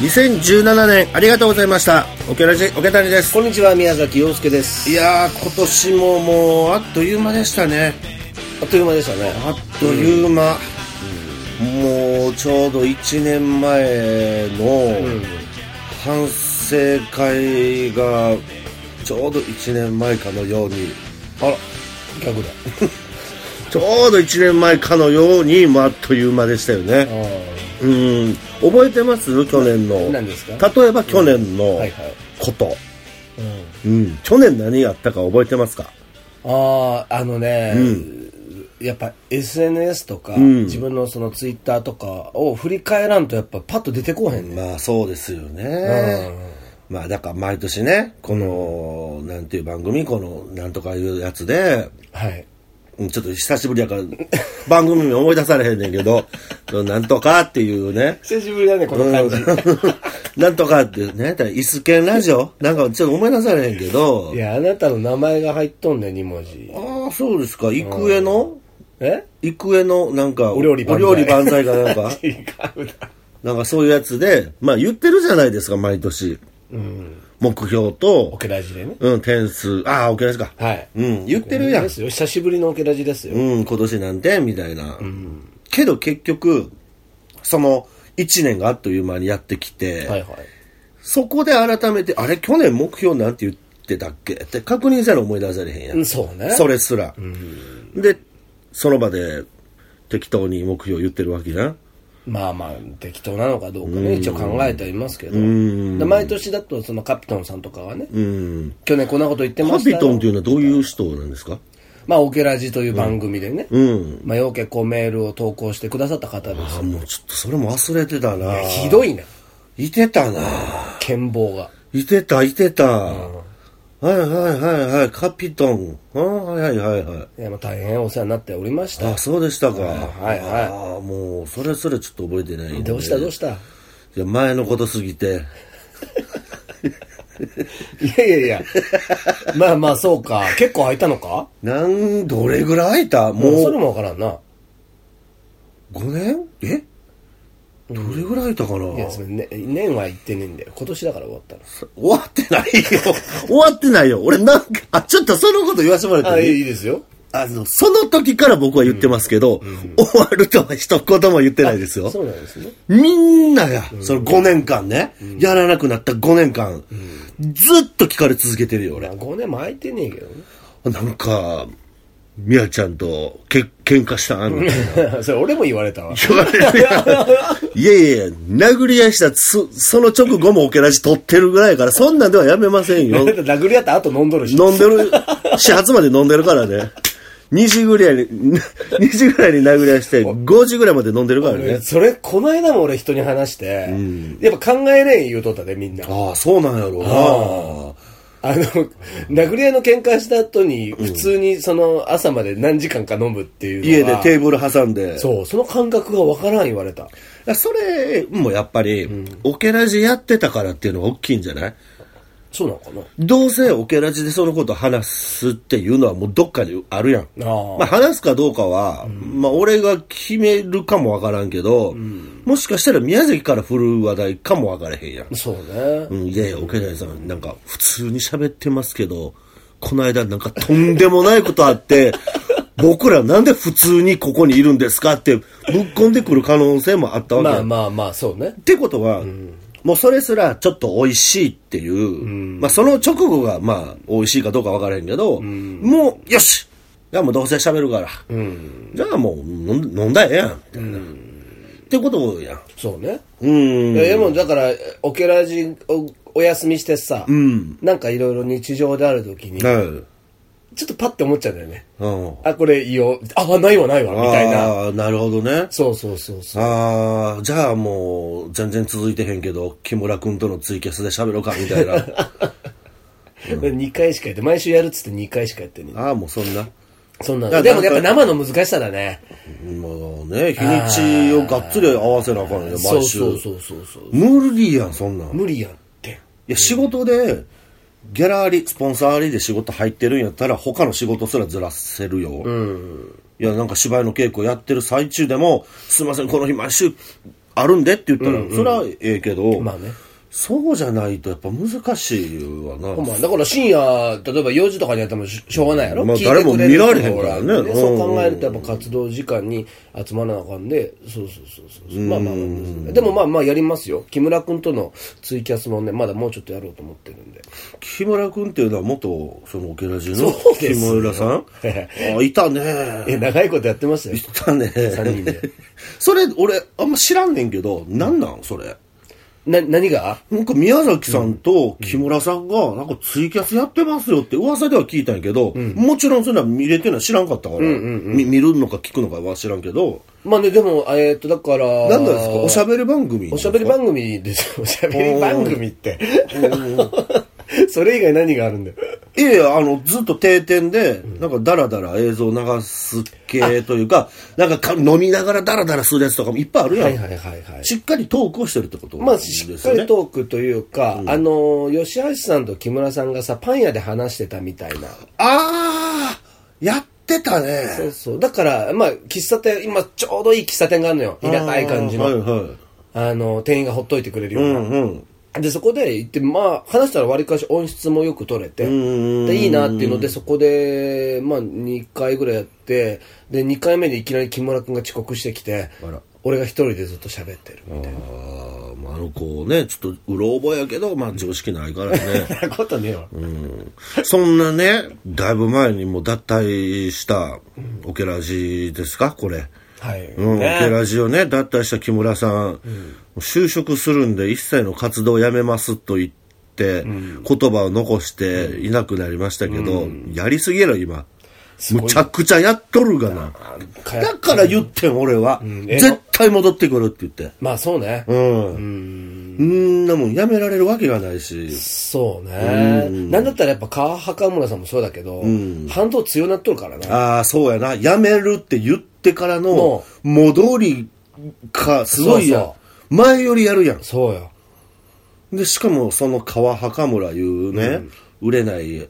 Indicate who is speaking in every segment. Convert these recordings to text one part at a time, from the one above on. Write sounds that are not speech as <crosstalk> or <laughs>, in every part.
Speaker 1: 2017年ありがとうございましたおけらじおけたにです
Speaker 2: こんにちは、宮崎洋介です。
Speaker 1: いやー今年ももうあっという間でしたね
Speaker 2: あっという間でしたね。
Speaker 1: あっという間、もうちょうど1年前の反省会がちょうど1年前かのように
Speaker 2: あら、逆だ。
Speaker 1: ちょうど1年前かのようにもうあっという間でしたよね
Speaker 2: あ
Speaker 1: うん覚えてます去年の
Speaker 2: 何ですか
Speaker 1: 例えば去年の
Speaker 2: はいはい
Speaker 1: こと、うん、去年何やったか覚えてますか
Speaker 2: あー、あのね、やっぱ SNS とか、
Speaker 1: ん
Speaker 2: 自分のそのツイッターとかを振り返らんとやっぱパッと出てこうへんね。
Speaker 1: まあそうですよね。まあだから毎年ね、この、なんていう番組、このなんとかいうやつで、
Speaker 2: はい。
Speaker 1: うんちょっと久しぶりや <laughs> から、番組名思い出されへんねんけど、なんとかっていうね。
Speaker 2: 久しぶりだね、この感じ。
Speaker 1: なんとかってね、イスケンラジオなんかちょっと思い出されへんけど
Speaker 2: い、や、あなたの名前が入っとんね、2文字。
Speaker 1: ああ、そうですか、幾重の
Speaker 2: え
Speaker 1: 幾重のなんか、
Speaker 2: お料理万歳
Speaker 1: お料理万歳かなん
Speaker 2: <laughs>、
Speaker 1: か
Speaker 2: 違うな。
Speaker 1: なんかそういうやつで、まあ言ってるじゃないですか、毎年。目標
Speaker 2: オ
Speaker 1: と、
Speaker 2: ケラジでね。
Speaker 1: うん、点数、ああ、OK ですか。
Speaker 2: はい。
Speaker 1: うん、言ってるやん
Speaker 2: で。すよ。久しぶりのオケラジですよ。
Speaker 1: うん、今年なんて、みたいな。けど結局、その、1年があっという間にやってきて、
Speaker 2: はいはい。
Speaker 1: そこで改めて、あれ、去年目標なんて言ってたっけって確認せら思い出されへんや。
Speaker 2: うんんそうね。
Speaker 1: それすら。で、その場で適当に目標言ってるわけやん。
Speaker 2: まあまあ、適当なのかどうかね、一応考えてはいますけど。で毎年だと、そのカピトンさんとかはね、
Speaker 1: うん。
Speaker 2: 去年こんなこと言ってま
Speaker 1: カ
Speaker 2: した
Speaker 1: ピ
Speaker 2: よ
Speaker 1: トンっていうのはどういう人なんですか
Speaker 2: まあ、オケラジという番組でね、
Speaker 1: うん。
Speaker 2: まあ、ようけこうメールを投稿してくださった方です
Speaker 1: あ、。もうちょっとそれも忘れてたな。
Speaker 2: ひどいな、
Speaker 1: いてたな。
Speaker 2: 剣棒が。
Speaker 1: いてた、いてた。はいはいはいはい、カピトン。あはいはいはいはい。
Speaker 2: いや、まあ、大変お世話になっておりました。
Speaker 1: あ、そうでしたか。
Speaker 2: はいはい
Speaker 1: ああ、もう、それそれちょっと覚えてないんで。
Speaker 2: どうしたどうした
Speaker 1: いや、前のことすぎて。
Speaker 2: いやいやい
Speaker 1: <laughs>
Speaker 2: や。まあまあ、そうか。結構空いたのか
Speaker 1: なん、どれぐらい空いたも
Speaker 2: もうそれ
Speaker 1: う、
Speaker 2: もわからんな。
Speaker 1: 5年えどれぐらい空いたかない
Speaker 2: や、それ、ね、年は行ってねえんだよ。今年だから終わったの。
Speaker 1: 終わってない
Speaker 2: <laughs>
Speaker 1: よ。終わってないよ。俺なんか、あ、ちょっとそのこと言わせてもらって
Speaker 2: あ、
Speaker 1: もいい
Speaker 2: いいですよ。
Speaker 1: あの、その時から僕は言ってますけど、終わるとは一言も言ってないですよ。
Speaker 2: そうなんですね。
Speaker 1: みんなが、その5年間ね、やらなくなった5年間、ずっと聞かれ続けてるよ、
Speaker 2: ま
Speaker 1: 俺
Speaker 2: あ、。5年も空いてねえけどね。
Speaker 1: なんか、みやちゃんとけ喧嘩したみたいな
Speaker 2: <laughs> それ俺も言われたわ。
Speaker 1: 言われるやん。いやいやいや、殴り合いしたそ、その直後もオケラジ取ってるぐらいやから、そんなんではやめませ
Speaker 2: <laughs>
Speaker 1: んよ。
Speaker 2: 殴り合った後飲んどるし。
Speaker 1: 飲んでる、始発まで飲んでるからね。2時ぐらいに、2時 <laughs> ぐらいに殴り合いして、5時ぐらいまで飲んでるからね。
Speaker 2: <laughs> それ、この間も俺人に話して、やっぱ考えれん言うとったで、みんな。あ
Speaker 1: ああ、そうなんやろうな。
Speaker 2: の、殴り合いの喧嘩した後に、普通にその朝まで何時間か飲むっていう
Speaker 1: 家
Speaker 2: のが
Speaker 1: でテーブル挟んで。
Speaker 2: そう、その感覚がわからん言われた。
Speaker 1: それもやっぱり、オケラジやってたからっていうのが大きいんじゃない
Speaker 2: そうなのかな
Speaker 1: どうせオケラジでそのこと話すっていうのはもうどっかにあるやん。
Speaker 2: ああ
Speaker 1: まあ話すかどうかは、まあ俺が決めるかもわからんけど、もしかしたら宮崎から振る話題かもわからへんやん。
Speaker 2: そうね。
Speaker 1: うん、いやいや、オケラジさん、なんか普通に喋ってますけど、この間なんかとんでもないことあって、 <laughs> 僕らなんで普通にここにいるんですかってぶっ込んでくる可能性もあったわけやん
Speaker 2: まあまあまあ、そうね
Speaker 1: っ。てことは、もうそれすらちょっと美味しいっていう、まあその直後がまあ美味しいかどうか分からへんけど、もうよしいやもうどうせ喋るから、じゃあもう飲ん飲んだらええやんみたいな、ってことやん
Speaker 2: そうね。
Speaker 1: うん
Speaker 2: いやでもだからオケラジおお休みしてさ、なんかいろいろ日常である時に、ちょ
Speaker 1: はい
Speaker 2: っとパッて思っちゃうんだよね
Speaker 1: うん
Speaker 2: あこれいいよあないわないわみたいな
Speaker 1: あーなるほどね
Speaker 2: そうそうそうそう
Speaker 1: ああじゃあもう全然続いてへんけど木村君とのツイキャスで喋ろうかみたいな
Speaker 2: <laughs> 2回しかやって毎週やるっつって2回しかやってね
Speaker 1: ああもうそんな
Speaker 2: そんな
Speaker 1: だか
Speaker 2: ので
Speaker 1: ら
Speaker 2: もやっぱ生の難しさだね
Speaker 1: もうね日にちをがっつり合わせなあかんよ
Speaker 2: そ
Speaker 1: 毎
Speaker 2: う
Speaker 1: 週
Speaker 2: そうそうそうそう
Speaker 1: 無理やんそんなん
Speaker 2: 無理やんって
Speaker 1: いや、仕事で、ギャラリー、スポンサーリーで仕事入ってるんやったら、他の仕事すらずらせるよ。いや、なんか芝居の稽古やってる最中でも、すいません、この日毎週、あるんでって言ったら、それはええけど、
Speaker 2: まあね
Speaker 1: そうじゃないとやっぱ難しいわな。
Speaker 2: まあ、だから深夜、例えば4時とかにやってもししょうがないやろ、
Speaker 1: まあ
Speaker 2: 聞いてくれる
Speaker 1: 誰も見られへんからね
Speaker 2: 人がおらんでそう
Speaker 1: うん
Speaker 2: 考えるとやっぱ活動時間に集まらなあかんで、そうそうそうそう。まあまあまあまあ、でもまあまあやりますよ。木村君とのツイキャスもね、まだもうちょっとやろうと思ってるんで。
Speaker 1: 木村君っていうのは元、そのオケラジの
Speaker 2: そう
Speaker 1: 木
Speaker 2: ですよ
Speaker 1: 村さ
Speaker 2: <laughs>
Speaker 1: んあ、いたね。
Speaker 2: え、長いことやってましたよ
Speaker 1: い。たね。
Speaker 2: 三人で
Speaker 1: <laughs> それ、俺、あんま知らんねんけど、なんなんそれ。
Speaker 2: な、何が
Speaker 1: なんか宮崎さんと木村さんが、なんかツイキャスやってますよって噂では聞いたんやけど、もちろんそんなん見れてない知らんかったから、み見るのか聞くのかは知らんけど、
Speaker 2: まあね、でも、えーっと、だから、
Speaker 1: なんなんですかおしゃべり番組
Speaker 2: おしゃべり番組です <laughs> よ。おしゃべり番組って。それ以外何があるんだよ。
Speaker 1: いやいや、あの、ずっと定点で、なんかダラダラ映像流す系というか、なんかか飲みながらダラダラするやつとかもいっぱいあるやん。
Speaker 2: はいはいはいはい。
Speaker 1: しっかりトークをしてるってこと
Speaker 2: まあ、しっかりトークというか、あの、吉橋さんと木村さんがさ、パン屋で話してたみたいな。
Speaker 1: あー、やってたね。
Speaker 2: そうそう。だから、まあ、喫茶店、今、ちょうどいい喫茶店があるのよ。平たい感じの。あ,、
Speaker 1: はいはい。
Speaker 2: の、店員がほっといてくれるような。
Speaker 1: うん。
Speaker 2: で、そこで行って、まあ、話したらわりかし音質もよく取れて、
Speaker 1: ん
Speaker 2: で、いいなっていうので、そこで、まあ、2回ぐらいやって、で、2回目でいきなり木村くんが遅刻してきて
Speaker 1: あら、
Speaker 2: 俺が一人でずっと喋ってるみたいな。
Speaker 1: あーまあ、あの子ね、ちょっとうろ覚えやけど、まあ常識ないからね。 <laughs>
Speaker 2: そんなことねえわ。
Speaker 1: そんなね、だいぶ前にもう脱退したオケラジですか、これ。
Speaker 2: はい。
Speaker 1: うん、オ
Speaker 2: ね
Speaker 1: ケラジオね、脱退した木村さん、就職するんで一切の活動をやめますと言って、言葉を残していなくなりましたけど、やりすぎやろ、今。むちゃくちゃやっとるがな。
Speaker 2: かや
Speaker 1: だから言ってん、俺は。
Speaker 2: ええ
Speaker 1: 絶対戻ってくるって言って。
Speaker 2: まあ、そうね。
Speaker 1: うん。んなもんやめられるわけがないし。
Speaker 2: そうね。なんだったらやっぱ川墓村さんもそうだけど、反動強なっとるからな。
Speaker 1: ああ、そうやな。やめるって言ってからの
Speaker 2: も
Speaker 1: 戻りか、すごいやん。
Speaker 2: そう
Speaker 1: 前よりやるやん。
Speaker 2: そうよ。
Speaker 1: で、しかもその川墓村いうね、売れない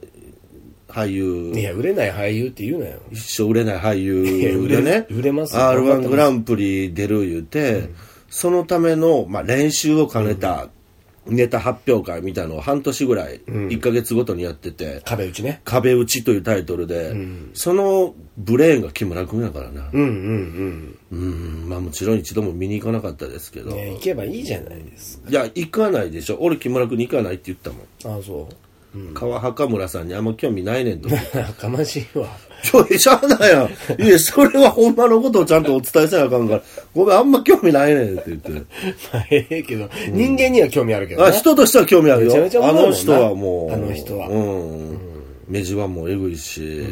Speaker 1: 俳優、
Speaker 2: いや、売れない俳優って言うなよ。
Speaker 1: 一生売れない俳
Speaker 2: いや
Speaker 1: 優
Speaker 2: 売
Speaker 1: で
Speaker 2: れ
Speaker 1: ね、
Speaker 2: 売れますよ
Speaker 1: R1 グランプリ出る言うて、そのための、まあ、練習を兼ねたネタ発表会みたいのを半年ぐらい、1ヶ月ごとにやってて、
Speaker 2: 壁打ちね。
Speaker 1: 壁打ちというタイトルで、そのブレーンが木村君やからな。
Speaker 2: うんうん
Speaker 1: うん、まあもちろん一度も見に行かなかったですけど、
Speaker 2: うん。ね行けばいいじゃないです
Speaker 1: いや、行かないでしょ。俺木村君に行かないって言ったもん。
Speaker 2: か。ああ、そう。
Speaker 1: 川墓村さんにあんま興味ないねんと。い
Speaker 2: <laughs> かましいわ。
Speaker 1: や、しゃあないやん。いや、それはほんまのことをちゃんとお伝えせなあかんから、ごめん、あんま興味ないねんって言って。
Speaker 2: まあ、ええけど、人間には興味あるけど
Speaker 1: あ
Speaker 2: ね。
Speaker 1: 人としては興味あるよ。
Speaker 2: めちゃめちゃ
Speaker 1: あ
Speaker 2: 思うもんな
Speaker 1: の人はもう。
Speaker 2: あの人は
Speaker 1: うん。目地はもうえぐいし、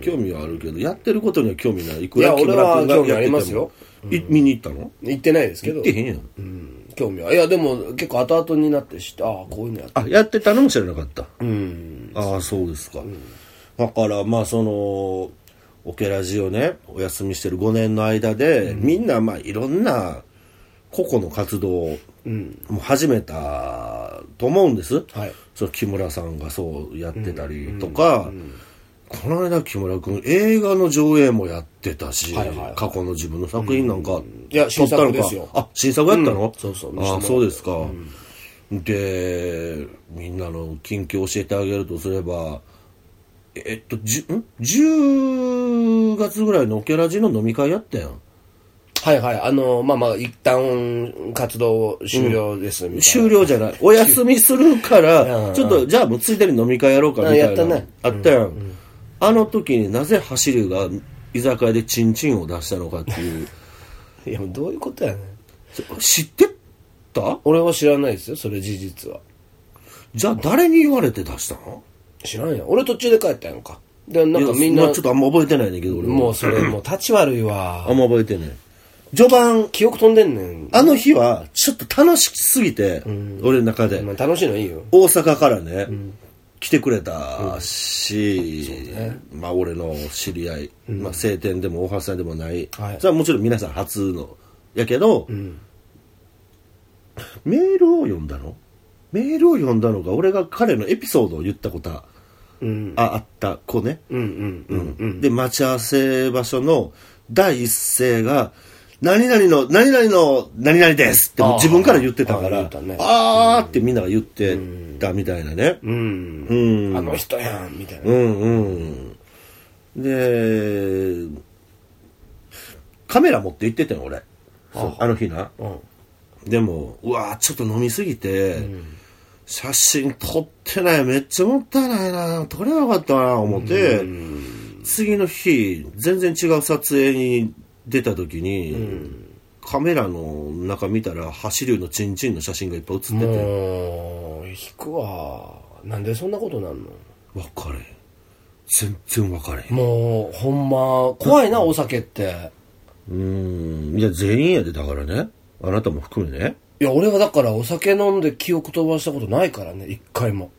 Speaker 1: 興味はあるけど、やってることには興味ない。いく
Speaker 2: い
Speaker 1: ら
Speaker 2: や
Speaker 1: 木村君がやってても
Speaker 2: 俺は興味ありますよ
Speaker 1: い見に行ったの
Speaker 2: 行ってないですけど
Speaker 1: 行っ。てへんやん。
Speaker 2: うん興味は。いや、でも結構後々になってして、ああ、こういうのやった。
Speaker 1: あ、やってたのも知らなかった。
Speaker 2: うん。
Speaker 1: ああそうですか、だからまあそのオケラジをねお休みしてる5年の間で、みんなまあいろんな個々の活動をもう始めたと思うんです、
Speaker 2: はい
Speaker 1: その木村さんがそうやってたりとか、この間木村君映画の上映もやってたし、
Speaker 2: はいはいはい
Speaker 1: 過去の自分の作品なんか、
Speaker 2: いや新作
Speaker 1: 撮ったのか
Speaker 2: ですよ
Speaker 1: あ新作やったの、
Speaker 2: そうそう
Speaker 1: ああそうですか、でみんなの近況教えてあげるとすればえっとじゅん10月ぐらいのオケラジの飲み会やったやん
Speaker 2: はいはい。あの、まあまあ、一旦活動終了です、みたいな。
Speaker 1: 終了じゃないお休みするか
Speaker 2: <laughs> うんう
Speaker 1: ら
Speaker 2: ん
Speaker 1: ちょっとじゃあもうついでに飲み会やろうかみたいな
Speaker 2: あやったね
Speaker 1: あったやん、あの時になぜ走りが居酒屋でチンチンを出したのかっていう <laughs>
Speaker 2: いや、もうどういうことやねん。
Speaker 1: ちょ知ってた
Speaker 2: 俺は知らないですよ、それ事実は。
Speaker 1: じゃあ誰に言われて出したの
Speaker 2: 知らんやん。俺途中で帰ったやんか。で、なんか
Speaker 1: いや
Speaker 2: みんな、
Speaker 1: まあちょっとあんま覚えてないんだけど俺も
Speaker 2: もうそれ、もう立ち悪い
Speaker 1: あ
Speaker 2: わ。
Speaker 1: んま覚えてない。序盤、
Speaker 2: 記憶飛んでんねん。
Speaker 1: あの日は、ちょっと楽しすぎて、俺の中で、
Speaker 2: まあ、楽しいのいいよ。
Speaker 1: 大阪からね、来てくれたし、まあ俺の知り合い、まあ晴天でも大橋さんでもない、
Speaker 2: はい
Speaker 1: それはもちろん皆さん初の、やけど、メールを読んだのメールを読んだのが、俺が彼のエピソードを言ったことは
Speaker 2: うん。
Speaker 1: ああった子ね。
Speaker 2: うんうん。
Speaker 1: で待ち合わせ場所の第一声が「何々の、何々の、何々ですってもう自分から言ってたから、あ
Speaker 2: あーあー言ったね
Speaker 1: ーってみんなが言ってたみたいなね。
Speaker 2: うん。あの人やん、みたいな。
Speaker 1: うんうん。で、カメラ持って行っててん、俺。そうあの日な。
Speaker 2: うん。
Speaker 1: でも、うわーちょっと飲みすぎて、写真撮ってない、めっちゃもったいないな、撮ればよかったな、思って、次の日、全然違う撮影に出た時に、カメラの中見たら、走りのチンチンの写真がいっぱい写ってて、
Speaker 2: もう、引くわ。なんでそんなことなんの
Speaker 1: わかれん。全然わかれん。
Speaker 2: もう、ほんま、怖いな、お酒って。
Speaker 1: うーん。いや、全員やで、だからね。あなたも含めね。
Speaker 2: いや、俺はだからお酒飲んで記憶飛ばしたことないからね、一回も。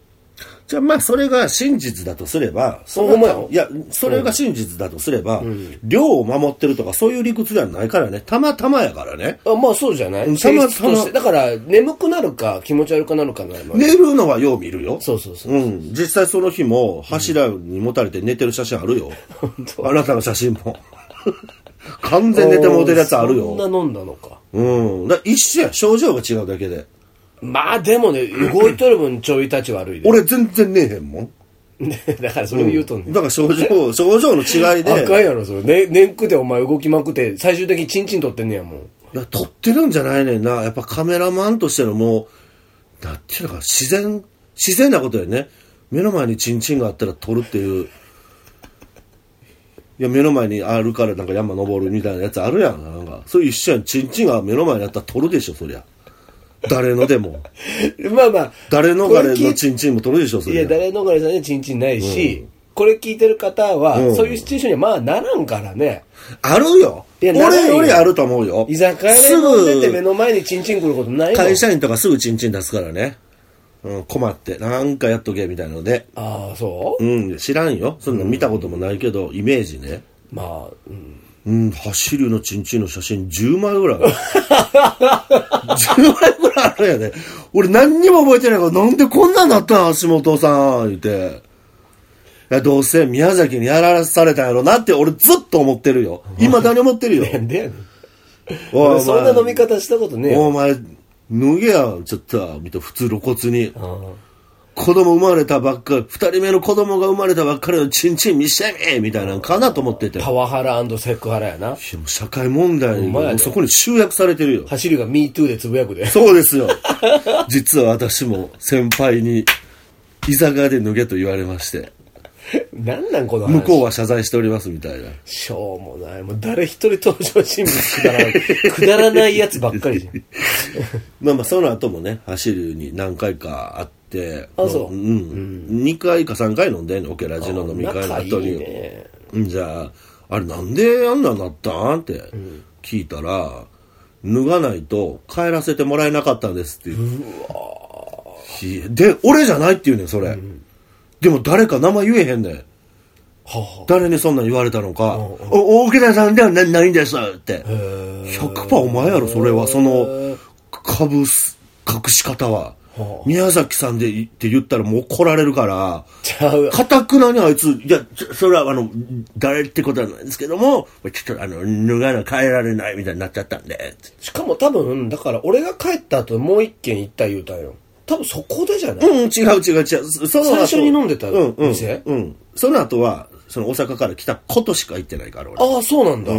Speaker 1: じゃあまあそれが真実だとすれば、そ
Speaker 2: ほんまよ
Speaker 1: いや、それが真実だとすれば、量を守ってるとかそういう理屈ではないからね。たまたまやからね。
Speaker 2: あまあそうじゃない
Speaker 1: うん
Speaker 2: 性質
Speaker 1: たま
Speaker 2: と
Speaker 1: たま
Speaker 2: して。だから、眠くなるか気持ち悪くなるかなのよ
Speaker 1: 寝るのはよう見るよ。
Speaker 2: そうそうそう。
Speaker 1: うん。実際その日も柱に持たれて寝てる写真あるよ。あなたの写真も。 <laughs> 完全寝てもうてるやつある
Speaker 2: そ
Speaker 1: よ。
Speaker 2: んな飲んだのか。
Speaker 1: うん。だから一緒や。症状が違うだけで。
Speaker 2: まあでもね、動いとる分ちょい立ち悪いで。
Speaker 1: 俺全然寝えへんもん。
Speaker 2: ね <laughs> だからそれを言うとん
Speaker 1: だ
Speaker 2: ねん。
Speaker 1: から症状、症状の違いで。
Speaker 2: あかんやろ、それ。ね、ねんくでお前動きまくって、最終的にチンチン取ってんねや、もう。
Speaker 1: いや、撮ってるんじゃないねんな。やっぱカメラマンとしてのもう、なんていうのか、自然、自然なことよね。目の前にチンチンがあったら撮るっていう。いや、目の前にあるからなんか山登るみたいなやつあるやん。なんか、そういう一緒やん。チンチンが目の前にあったら撮るでしょ、そりゃ。誰のでも。
Speaker 2: まあまあ。
Speaker 1: 誰逃
Speaker 2: こ
Speaker 1: れ
Speaker 2: 聞
Speaker 1: の
Speaker 2: い
Speaker 1: チンチンも撮るでしょ、そ
Speaker 2: い
Speaker 1: りゃ。
Speaker 2: や、誰逃れさんにはチンチンないし、これ聞いてる方は、
Speaker 1: うん
Speaker 2: そういうシチュエーションにはまあならんからね。
Speaker 1: あるよ。
Speaker 2: いやない
Speaker 1: 俺
Speaker 2: よ
Speaker 1: よりあると思うよ。
Speaker 2: 居酒屋です飲んでて目
Speaker 1: ぐ、
Speaker 2: の前にチンチン来ることないの
Speaker 1: 会社員とかすぐチンチン出すからね。うん、困って。なんかやっとけ、みたいなので。
Speaker 2: ああ、そう、
Speaker 1: うん、知らんよ。そんな見たこともないけど、イメージね。
Speaker 2: まあ、うん。
Speaker 1: うん、走るのチンチンの写真10枚ぐらい
Speaker 2: <laughs>
Speaker 1: ある。10枚ぐらいあるやで。俺何にも覚えてないから、なんでこんなんなったん橋本さん、言って。いや、どうせ宮崎にやらされたんやろなって、俺ずっと思ってるよ。今何思ってるよ。
Speaker 2: なん <laughs> でやねん。
Speaker 1: おい
Speaker 2: 俺そんな飲み
Speaker 1: お
Speaker 2: 方したことねえ
Speaker 1: 前、お
Speaker 2: よ。
Speaker 1: 前脱げや、ちょっと、見た普通露骨に。
Speaker 2: うん
Speaker 1: 子供生まれたばっかり、二人目の子供が生まれたばっかりのチンチン見せてみみたいなのかなと思ってて。
Speaker 2: パワハラセクハラやな。
Speaker 1: いやもう社会問題に
Speaker 2: ほんまやで
Speaker 1: もうそこに集約されてるよ。
Speaker 2: 走りが MeToo でつぶやくで。 <laughs>
Speaker 1: そうですよ。 <laughs> 実は私も先輩に居酒屋で脱げと言われまして、
Speaker 2: なんなんこの話。
Speaker 1: 向こうは謝罪しておりますみたいな。
Speaker 2: しょうもない。もう誰一人登場人物くだら
Speaker 1: <laughs>
Speaker 2: ない。くだらないやつばっかりじゃん。
Speaker 1: まあまあその後もね、走るに何回かあって、
Speaker 2: あそう
Speaker 1: うん。2回か3回飲んでんの、オケラジの飲み会の
Speaker 2: 仲い
Speaker 1: 後に。
Speaker 2: いね。
Speaker 1: うんじゃあ、あれなんであんなんなったんって聞いたら、脱がないと帰らせてもらえなかったんですっていう。いやで、俺じゃないって言うねん、それ。でも誰か名前言えへんねん。
Speaker 2: は
Speaker 1: 誰にそんなん言われたのか、お、大田さんではなないんですって。100%お前やろ、それは。その、かぶす、隠し方は。宮崎さんでいって言ったらもう怒られるから、
Speaker 2: あ。ちゃう。
Speaker 1: かたくなにあいつ、いや、ちょそれはあの、誰ってことはないんですけども、ちょっとあの、脱がな変えられないみたいになっちゃったんで、つって
Speaker 2: しかも多分、だから俺が帰った後もう一軒行った言うたんよ。多分そこでじゃない、
Speaker 1: うん、違う違う違う。そその後
Speaker 2: 最初に飲んでた
Speaker 1: うんうん、
Speaker 2: 店
Speaker 1: うん。その後は、その大阪から来たことしか行ってないから、俺。
Speaker 2: ああ、そうなんだ。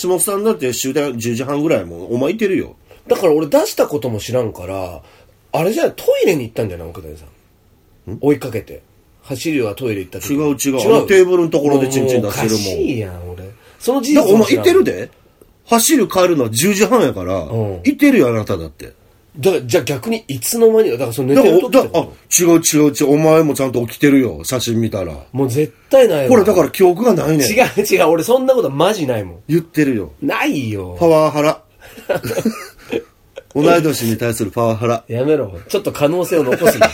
Speaker 1: 橋本さんだって終電10時半ぐらいもう、お前いてるよ。
Speaker 2: だから俺出したことも知らんから、あれじゃない、トイレに行ったんじゃない奥谷さん。追いかけて。走りはトイレ行った時
Speaker 1: 違う違うあのテーブルのところでチンチン出してるもん
Speaker 2: うおかしいやん、俺。その事
Speaker 1: だから
Speaker 2: 実
Speaker 1: お
Speaker 2: も
Speaker 1: 前
Speaker 2: 知ら
Speaker 1: い
Speaker 2: ん
Speaker 1: てるで走る帰るのは10時半やから、
Speaker 2: うん
Speaker 1: いてるよ、あなただって。
Speaker 2: だから、じゃあ逆にいつの間に、だからその
Speaker 1: だ
Speaker 2: 寝
Speaker 1: から
Speaker 2: てる時
Speaker 1: お、だ
Speaker 2: って
Speaker 1: あ
Speaker 2: こ、
Speaker 1: 違う違う違う、お前もちゃんと起きてるよ、写真見たら。
Speaker 2: ともう絶対ないわ
Speaker 1: これだから記憶がないねん。
Speaker 2: 違う違う、俺そんなことマジないもん。
Speaker 1: 言ってるよ。
Speaker 2: ないよ
Speaker 1: パ。ワハラ。 <laughs> 同い年に対するパワハラ。
Speaker 2: やめろ。ちょっと可能性を
Speaker 1: <laughs>
Speaker 2: 残すな。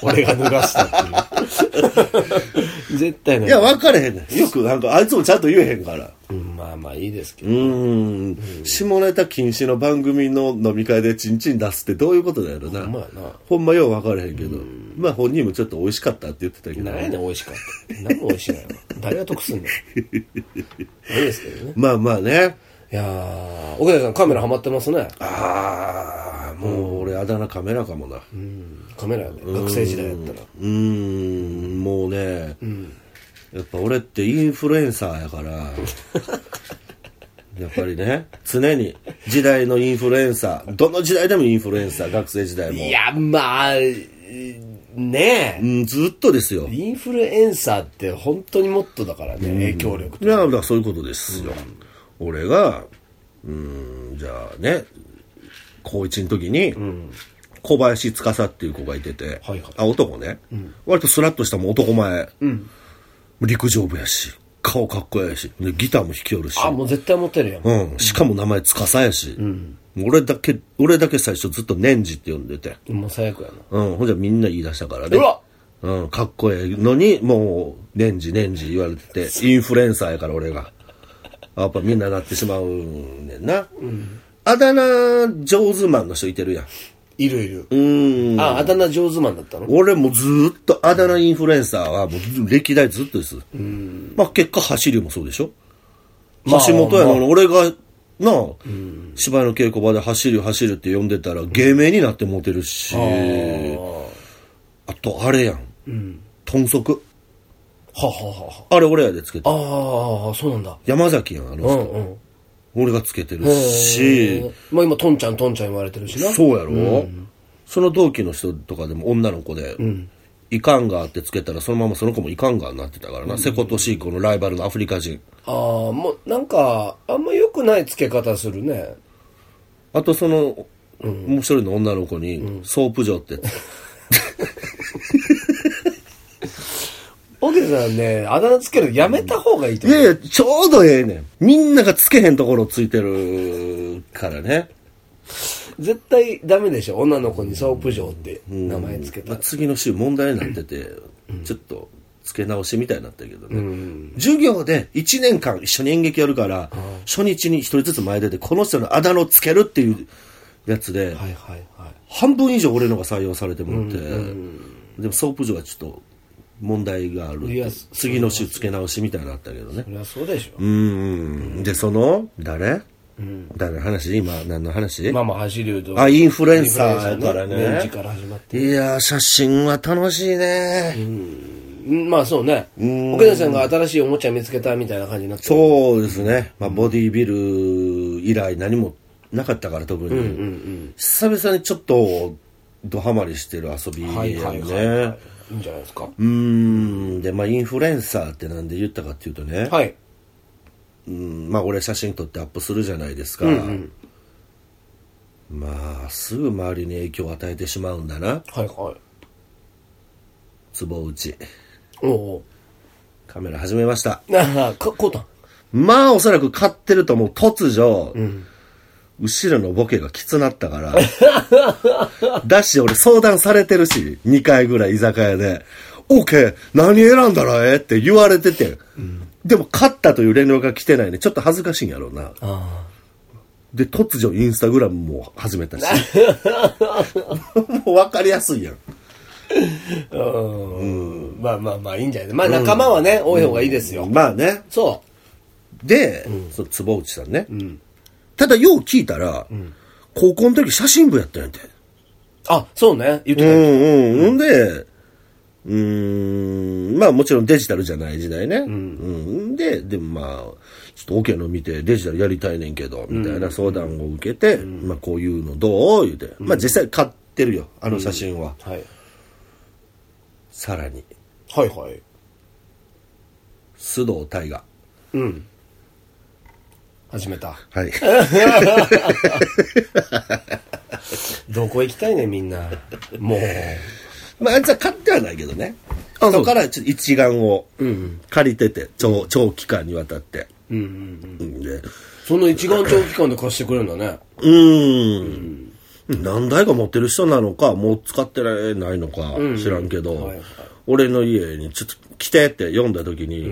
Speaker 2: 俺が脱がしたって
Speaker 1: <laughs>
Speaker 2: いう。絶対ない。
Speaker 1: いや、分かれへんねん。よく、なんか、あいつもちゃんと言えへんから。
Speaker 2: うん、まあまあいいですけ
Speaker 1: う
Speaker 2: ど。
Speaker 1: ーん。下ネタ禁止の番組の飲み会でチンチン出すってどういうことだよな。
Speaker 2: ほんまやな
Speaker 1: ほんまよう分かれへんけど。まあ本人もちょっと美味しかったって言ってたけど。
Speaker 2: 何やねん、美味しかった。何も美味しないわ。誰が得すんだよ。いいですけどね。
Speaker 1: まあまあね。
Speaker 2: いいやー、奥田さんカメラハマってますね。
Speaker 1: ああ、もう俺あだ名カメラかもな。
Speaker 2: カメラやね。学生時代だったら。
Speaker 1: うーん、もうね、やっぱ俺ってインフルエンサーやから、やっぱりね、常に時代のインフルエンサー、どの時代でもインフルエンサー、学生時代も
Speaker 2: い。や、まあ、ね
Speaker 1: う
Speaker 2: え。
Speaker 1: ん、ずっとですよ。
Speaker 2: インフルエンサーって本当にもっとだからね、影響力
Speaker 1: いや、だからそういうことですよ。俺が、うーん、じゃあね、高一の時に、小林司っていう子がいてて、
Speaker 2: はいはい
Speaker 1: あ、男ね、割とスラッとしたもう男前、陸上部やし、顔かっこええし、でギターも弾きよるし、
Speaker 2: あ、もう絶対持ってるやん。
Speaker 1: うん、しかも名前司やし、俺だけ、俺だけ最初ずっと年次って呼んでて、
Speaker 2: もう最悪やな。
Speaker 1: うん、ほんじゃみんな言い出したからね。
Speaker 2: うわ
Speaker 1: うん、かっこええのに、もう、年次年次言われてて、インフルエンサーやから俺
Speaker 2: <laughs>
Speaker 1: が。やっぱみんななってしまうねんな。あだ名上手マンの人いてるやん。
Speaker 2: いるいる。
Speaker 1: うん。
Speaker 2: あ、あだ名上手マンだったの
Speaker 1: 俺もずーっとあだ名インフルエンサーはもう歴代ずっとです。まあ結果走りもそうでしょ、
Speaker 2: まあ
Speaker 1: 橋本やのに
Speaker 2: ま
Speaker 1: 俺が、なあ、芝居の稽古場で走る走るって呼んでたら芸名になってモテるし、あとあれやん。豚足。
Speaker 2: ははは
Speaker 1: あれ俺やでつけて。
Speaker 2: は。ああ、そうなんだ。
Speaker 1: 山崎やん、あの
Speaker 2: う
Speaker 1: 人。
Speaker 2: んうん。
Speaker 1: 俺がつけてるし、
Speaker 2: まあ今、トンちゃん、トンちゃん言われてるしな。
Speaker 1: そうやろ、その同期の人とかでも女の子で、イカンガーってつけたらそのままその子もイカンガーになってたからな、セコとシーコのライバルのアフリカ人
Speaker 2: ああ、もうなんか、あんま良くない付け方するね。
Speaker 1: あとその、もう一人の女の子に、ソープ嬢って
Speaker 2: オケさんね、あだ名つけるのやめた方がいいと
Speaker 1: い
Speaker 2: 思う。
Speaker 1: やいやちょうどええねんみんながつけへんところついてるからね、
Speaker 2: 絶対ダメでしょ。女の子にソープ嬢って名前つけた
Speaker 1: まあ
Speaker 2: ら。
Speaker 1: 次の週問題になってて、ちょっと付け直しみたいになったけどね、授業で1年間一緒に演劇やるから、初日に1人ずつ前出てこの人のあだ名をつけるっていうやつで、
Speaker 2: はいはいはい。
Speaker 1: 半分以上俺のが採用されてもらって、でもソープ嬢はちょっと問題があるっ
Speaker 2: いや
Speaker 1: て次の週付け直しみたいになったけどね
Speaker 2: そりゃそうでしょ。
Speaker 1: うんでその誰、誰の話今何の話、
Speaker 2: まあまあ、走り言うと。
Speaker 1: あインフルエンサーやからね
Speaker 2: インフルエンサー年次から始まって。
Speaker 1: いやー写真は楽しいね、
Speaker 2: うんまあそうね。オケさんが新しいおもちゃ見つけたみたいな感じになってる。
Speaker 1: そうですね、まあ、ボディービル以来何もなかったから特に、久々にちょっとドハマりしてる遊びやね、
Speaker 2: はいはいはいはい。いいんじゃないですか。
Speaker 1: うーんでまあインフルエンサーってなんで言ったかっていうとね、
Speaker 2: はい。
Speaker 1: うんまあ俺写真撮ってアップするじゃないですか、まあすぐ周りに影響を与えてしまうんだな
Speaker 2: はいはい。
Speaker 1: 坪内
Speaker 2: おお
Speaker 1: カメラ始めました
Speaker 2: う。 <laughs> なあ、かこうたん。
Speaker 1: まあおそらく買ってるともう突如、後ろのボケがきつなったから。 <laughs> だし俺相談されてるし、2回ぐらい居酒屋で。オーケー何選んだらええって言われてて。でも勝ったという連絡が来てないね。ちょっと恥ずかしいんやろうな。
Speaker 2: あ
Speaker 1: で、突如インスタグラムも始めた
Speaker 2: <laughs>
Speaker 1: し。もう分かりやすいやん。
Speaker 2: あ。うん。まあまあまあ、いいんじゃないまあ仲間はね、多い方がいいですよ。
Speaker 1: まあね。
Speaker 2: そ
Speaker 1: で、その坪内さんね。ただよう聞いたら、高校の時写真部やったんやて。
Speaker 2: う。あ、そうね。言
Speaker 1: う
Speaker 2: って
Speaker 1: んうん。ほんで、うーん、まあもちろんデジタルじゃない時代ね。うん。で、でもまあ、ちょっと OK の見てデジタルやりたいねんけど、みたいな相談を受けて、まあこういうのどう言うて。まあ実際買ってるよ、あの写真は。
Speaker 2: た。はい。
Speaker 1: さらに、
Speaker 2: はいはい。
Speaker 1: 須藤大河。
Speaker 2: うん。始めた。
Speaker 1: はい。
Speaker 2: どこ行きたいね、みん <laughs> な。もう。
Speaker 1: まああいつは買ってはないけどね。あそこからちょっと一眼を借りてて、長長期間にわたって。
Speaker 2: うんうんうん。
Speaker 1: うんで、
Speaker 2: その一眼長期間で貸してくれるんだね。
Speaker 1: うーん。何台か持ってる人なのか、もう使ってないのか知らんけど、
Speaker 2: はいはい
Speaker 1: 俺の家にちょっと来てって読んだ時に、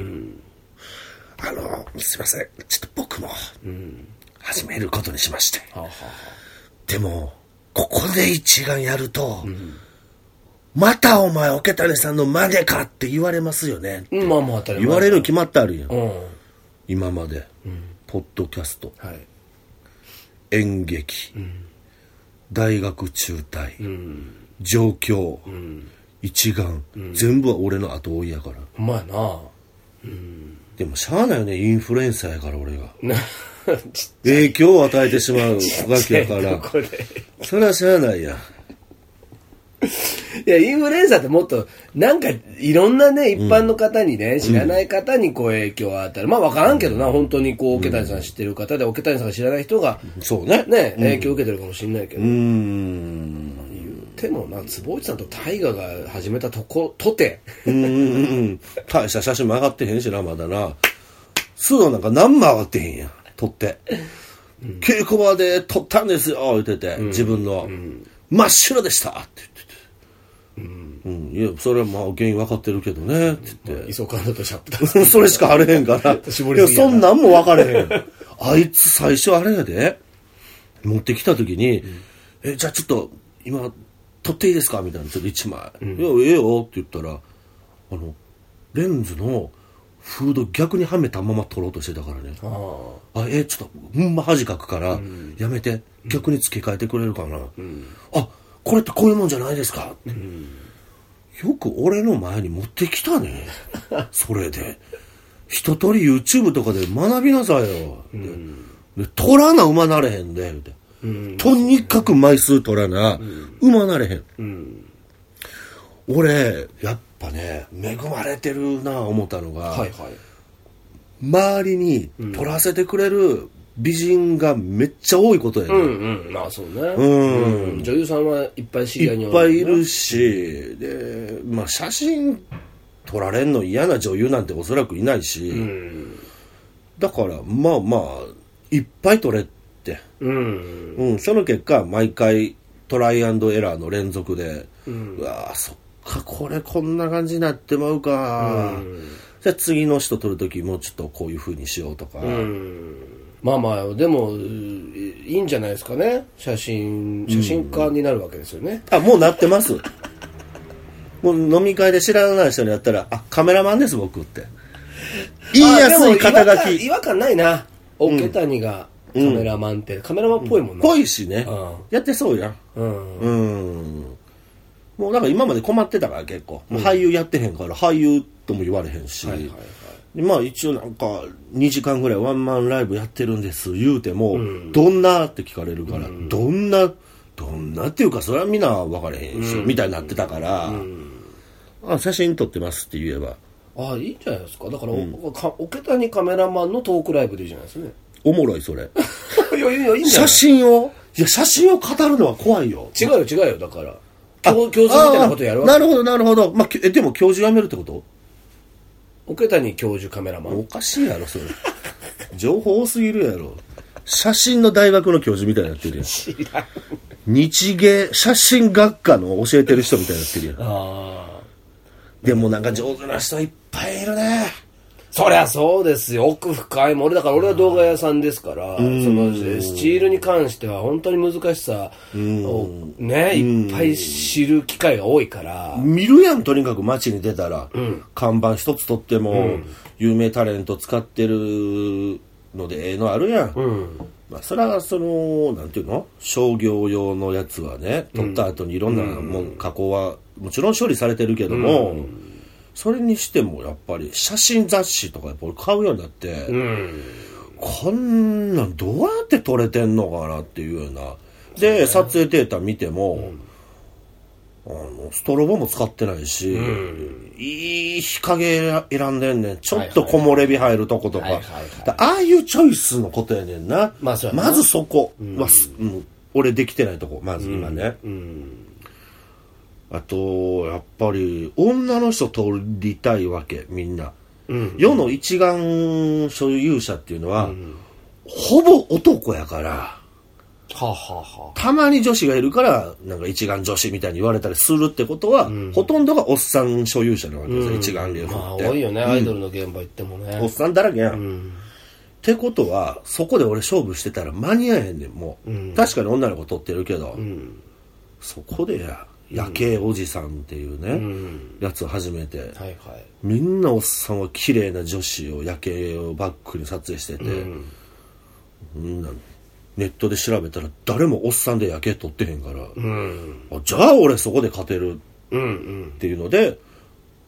Speaker 1: あの、すいません、ちょっと僕も始めることにしまして。
Speaker 2: はあは
Speaker 1: でも、ここで一眼やると、またお前、桶谷さんの真似かって言われますよね。
Speaker 2: あ、うん、まあまあ当たり前。
Speaker 1: 言われる決まってあるやん。
Speaker 2: うん。
Speaker 1: 今まで、ポッドキャスト、
Speaker 2: はい。
Speaker 1: 演劇、大学中退、上京、一眼、全部は俺の後追いやから。
Speaker 2: ほんまやな。
Speaker 1: でもしゃあないよね、インフルエンサーやから俺が。
Speaker 2: な、 <laughs> ち
Speaker 1: 影響を与えてしまうわ
Speaker 2: っちゃ
Speaker 1: け
Speaker 2: い
Speaker 1: やか
Speaker 2: と
Speaker 1: ら。
Speaker 2: こで。
Speaker 1: それはしゃあないやん。
Speaker 2: いや、インフルエンサーってもっと、なんか、いろんなね、一般の方にね、知らない方にこう影響を与える。まあ、わからんけどな、本当にこう、桶谷さん知ってる方で、桶谷さんが知らない人が、
Speaker 1: そうね。
Speaker 2: ね、影響を受けてるかもしれないけど、
Speaker 1: うーん。
Speaker 2: 言うてもな、坪内さんと大河が始めたとこ、とて、
Speaker 1: うんうんうんうん。大した写真も上がってへんしな、まだな。須藤なんか何も上がってへんやん。撮って。稽古場で撮ったんですよ、言ってて、自分の。真っ白でしたって言ってて。うん。いや、それはまあ原因分かってるけどね、って言って。
Speaker 2: 磯川とシャップタ
Speaker 1: <laughs> それしかあれへんから。
Speaker 2: 絞
Speaker 1: い
Speaker 2: り
Speaker 1: や、
Speaker 2: すぎや
Speaker 1: そ
Speaker 2: なん
Speaker 1: なんも分かれへん。あいつ最初あれやで。持ってきた時に、え、じゃあちょっと、今、撮っていいですかみたいな、ちょっと一枚。いや、ええよって言ったら、あの、レンズのフード逆にはめたまま撮ろうとしてたからね。
Speaker 2: ああ。
Speaker 1: あ、え、ちょっと、ほんま恥かくから、やめて、逆に付け替えてくれるかな。あ、これってこういうもんじゃないですか。よく俺の前に持ってきたね。それで。一通り YouTube とかで学びなさいよ。で、取らな馬なれへんで、言うてとにかく枚数取らな、馬なれへん。俺、やっぱね、恵まれてるな、思ったのが、
Speaker 2: はいはい。
Speaker 1: 周りに取らせてくれる美人がめっちゃ多いことやね、
Speaker 2: うんうん。まあ、そうね。
Speaker 1: ん
Speaker 2: うん女優さんはいっぱい知り合いに
Speaker 1: いっぱいいるしで、まあ、写真撮られんの嫌な女優なんておそらくいないし、
Speaker 2: うん。
Speaker 1: だからまあまあいっぱい撮れって、
Speaker 2: うん。
Speaker 1: うん、その結果毎回トライアンドエラーの連続で、うわあそっかこれこんな感じになってまうか、じゃあ次の人撮る時もうちょっとこういう風にしようとか、
Speaker 2: まあまあ、でも、うーいいんじゃないですかね。写真、写真家になるわけですよね。
Speaker 1: あ、もうなってます。もう飲み会で知らない人にやったら、あ、カメラマンです僕って。言いやすい
Speaker 2: あ
Speaker 1: 肩書
Speaker 2: でも
Speaker 1: き。
Speaker 2: 違和感違和感ないな。桶谷がカメラマンって、カメラマンっぽいもんな。
Speaker 1: ぽいしね
Speaker 2: うん。
Speaker 1: やってそうやん。
Speaker 2: うん。
Speaker 1: うん。もうだから今まで困ってたから結構。もう俳優やってへんから、俳優とも言われへんし。
Speaker 2: はいはいはい。
Speaker 1: でまあ一応なんか2時間ぐらいワンマンライブやってるんです言うても、どんなって聞かれるから、どんなどんなっていうかそれはみんな分かれへんし、みたいになってたから、あ写真撮ってますって言えば
Speaker 2: あいいんじゃないですか。だから、おか桶谷カメラマンのトークライブでいいじゃないですかね。
Speaker 1: おもろい <laughs> それ
Speaker 2: <laughs> いやいやいやいいんじゃな
Speaker 1: 写
Speaker 2: い
Speaker 1: 真をいや写真を語るのは怖いよ
Speaker 2: 違うよ違うよ、だから。教教授みたいなことやるわけ
Speaker 1: あーなるほどなるほど、まあ、きえでも教授辞めるってこと
Speaker 2: 桶谷教授カメラマン
Speaker 1: お。かしいやろ <laughs> それ情報多すぎるやろ写真の大学の教授みたいになってるやん日芸写真学科の教えてる人みたいになってるやん
Speaker 2: ああ。
Speaker 1: でもなんか上手な人いっぱいいるね
Speaker 2: そりゃそうですよ。奥深いもん。俺だから俺は動画屋さんですから、そのスチールに関しては本当に難しさをね、いっぱい知る機会が多いから。
Speaker 1: 見るやんとにかく街に出たら、看板一つ取っても、有名タレント使ってるのでええのあるやん、まあ、それはそのなんていうの商業用のやつはね取った後にいろんなもん加工はもちろん処理されてるけども、それにしてもやっぱり写真雑誌とかやっぱ俺買うようになって、
Speaker 2: うん。
Speaker 1: こんなんどうやって撮れてんのかなっていうようなで、撮影データ見ても、あのストロボも使ってないし、いい日陰選んでんねんちょっと木漏れ日入るとことか,、
Speaker 2: はいはいはい
Speaker 1: だああいうチョイスのことやねんな,、
Speaker 2: まあそうやな
Speaker 1: まずそこは、すうん俺できてないとこまず今ね、あとやっぱり女の人撮りたいわけみんな、世の一眼所有者っていうのは、ほぼ男やから
Speaker 2: はあ、はあはあ、
Speaker 1: たまに女子がいるからなんか一眼女子みたいに言われたりするってことは、ほとんどがおっさん所有者なわけですよ、一眼レフって、
Speaker 2: まあ多いよね、アイドルの現場行っても
Speaker 1: おっ
Speaker 2: ね。
Speaker 1: さんだらけやん、ってことはそこで俺勝負してたら間に合えへんねんもう、確かに女の子撮ってるけど、そこでや夜景おじさんっていうね、やつを始めて、
Speaker 2: はいはい。
Speaker 1: みんなおっさんは綺麗な女子を夜景をバックに撮影してて、うん、なんネットで調べたら誰もおっさんで夜景撮ってへんから、
Speaker 2: うん。
Speaker 1: あじゃあ俺そこで勝てる
Speaker 2: うんうん
Speaker 1: っ。ていうので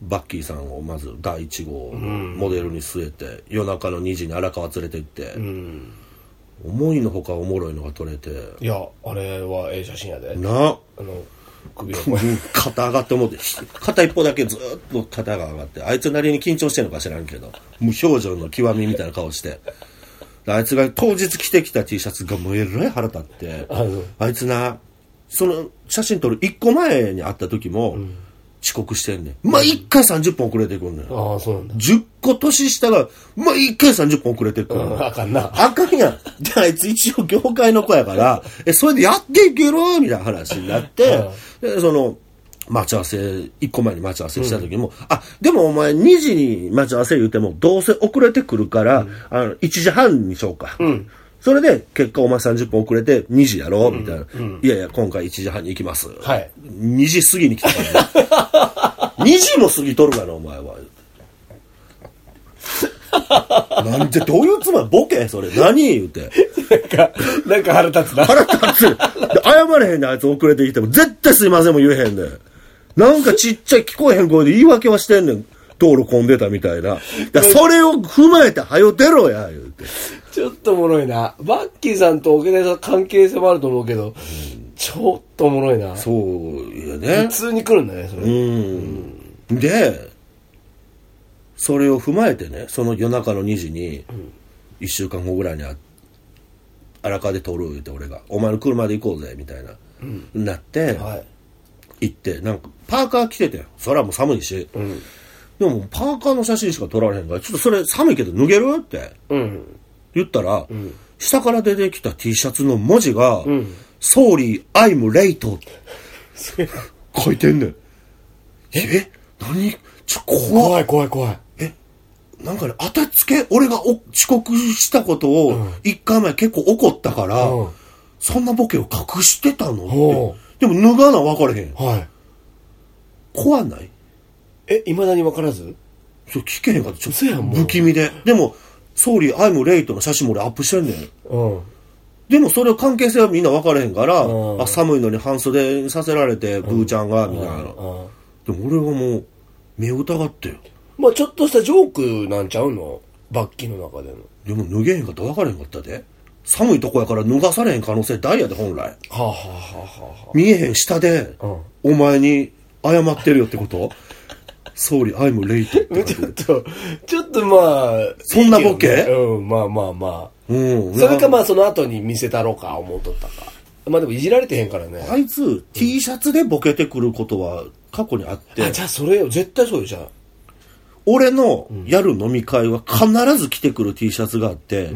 Speaker 1: バッキーさんをまず第1号モデルに据えて夜中の2時に荒川連れて行って、
Speaker 2: うん。
Speaker 1: 思いのほかおもろいのが撮れて
Speaker 2: いや、あれはええ写真やで。
Speaker 1: な
Speaker 2: あの、首を。
Speaker 1: 肩上がって思って肩一方だけずーっと肩が上がってあいつなりに緊張してるのか知らんけど無表情の極みみたいな顔してであいつが当日着てきた T シャツがもうえらい腹立って
Speaker 2: あの
Speaker 1: あいつなその写真撮る1個前に会った時も遅刻してんねん毎回30分遅れてくんねん
Speaker 2: ああ、そうなんだ。
Speaker 1: 10個年下が毎回30分遅れてくるの、
Speaker 2: あかんな。
Speaker 1: あかんやん。で、あいつ一応業界の子やから、え、それでやっていけろみたいな話になって、で、その、待ち合わせ、一個前に待ち合わせした時も、あ、でもお前2時に待ち合わせ言うても、どうせ遅れてくるから、あの、1時半にしようか。それで、結果お前30分遅れて2時やろうみたいな、いやいや、今回1時半に行きます。
Speaker 2: はい
Speaker 1: 2時過ぎに来たから、 <laughs> ね。2時も過ぎとるがな、お前は。なんで、どういうつまりボケそれ。何言うて。
Speaker 2: なんか、なんか腹立つな。
Speaker 1: 腹立つ。で謝れへんで、あいつ遅れてきても。絶対すいませんも言えへんで。なんかちっちゃい聞こえへん声で言い訳はしてんねん。道路混んでたみたいな。だそれを踏まえて、はよ出ろや、言うて。
Speaker 2: ちょっとおもろいな。バッキーさんとオケネさん関係性もあると思うけど、ちょっとおもろいな。普
Speaker 1: そう、やね。
Speaker 2: 通に来るんだね、それ。
Speaker 1: うん。で、それを踏まえてね、その夜中の2時に、1週間後ぐらいにあ荒川で撮る言うて俺が、お前の車で行こうぜ、みたいな、なって、
Speaker 2: はい。
Speaker 1: 行って、なんか、パーカー着ててん。それはもう寒いし。でも、パーカーの写真しか撮られへんから、ちょっとそれ寒いけど脱げるって
Speaker 2: うん。
Speaker 1: 言ったら、下から出てきた T シャツの文字が、
Speaker 2: ん
Speaker 1: ソーリー、アイムレイトって書いてんねん。ええ何ちょ、怖っ
Speaker 2: 怖い怖い怖い。
Speaker 1: なんかね、当たつけ、俺がお遅刻したことを、一回前結構怒ったから、
Speaker 2: うん
Speaker 1: そんなボケを隠してたの
Speaker 2: おう
Speaker 1: って。でも脱がな分からへん。
Speaker 2: はい。
Speaker 1: 怖ない
Speaker 2: え、未だに分からず
Speaker 1: そう、聞けへんかった。ちょっ
Speaker 2: 嘘やんもう
Speaker 1: と不気味で。でも、総理、アイムレイトの写真も俺アップしてんねん。
Speaker 2: うん。
Speaker 1: でもそれ関係性はみんな分からへんから、
Speaker 2: うん
Speaker 1: あ寒いのに半袖させられて、ブーちゃんが、みたいな。
Speaker 2: あ
Speaker 1: でも俺はもう、目を疑ってよ。
Speaker 2: まあちょっとしたジョークなんちゃうのバッキーの中での。
Speaker 1: でも脱げへんかったら分からへんかったで。寒いとこやから脱がされへん可能性大やで、本来。
Speaker 2: はあ、はあはあはあ、
Speaker 1: 見えへん下で、お前に謝ってるよってこと総理、アイムレイトって。
Speaker 2: ちょっ <laughs> と、ちょっとまあ。
Speaker 1: そんなボケ
Speaker 2: いいけどねうん、まあまあまあ。
Speaker 1: うん。
Speaker 2: それかまあその後に見せたろか、思うとったか。まあでもいじられてへんからね。
Speaker 1: あいつ、T シャツでボケてくることは過去にあって
Speaker 2: あ、、じゃあそれよ。絶対そうよ、じゃあ。
Speaker 1: 俺のやる飲み会は必ず着てくる T シャツがあって、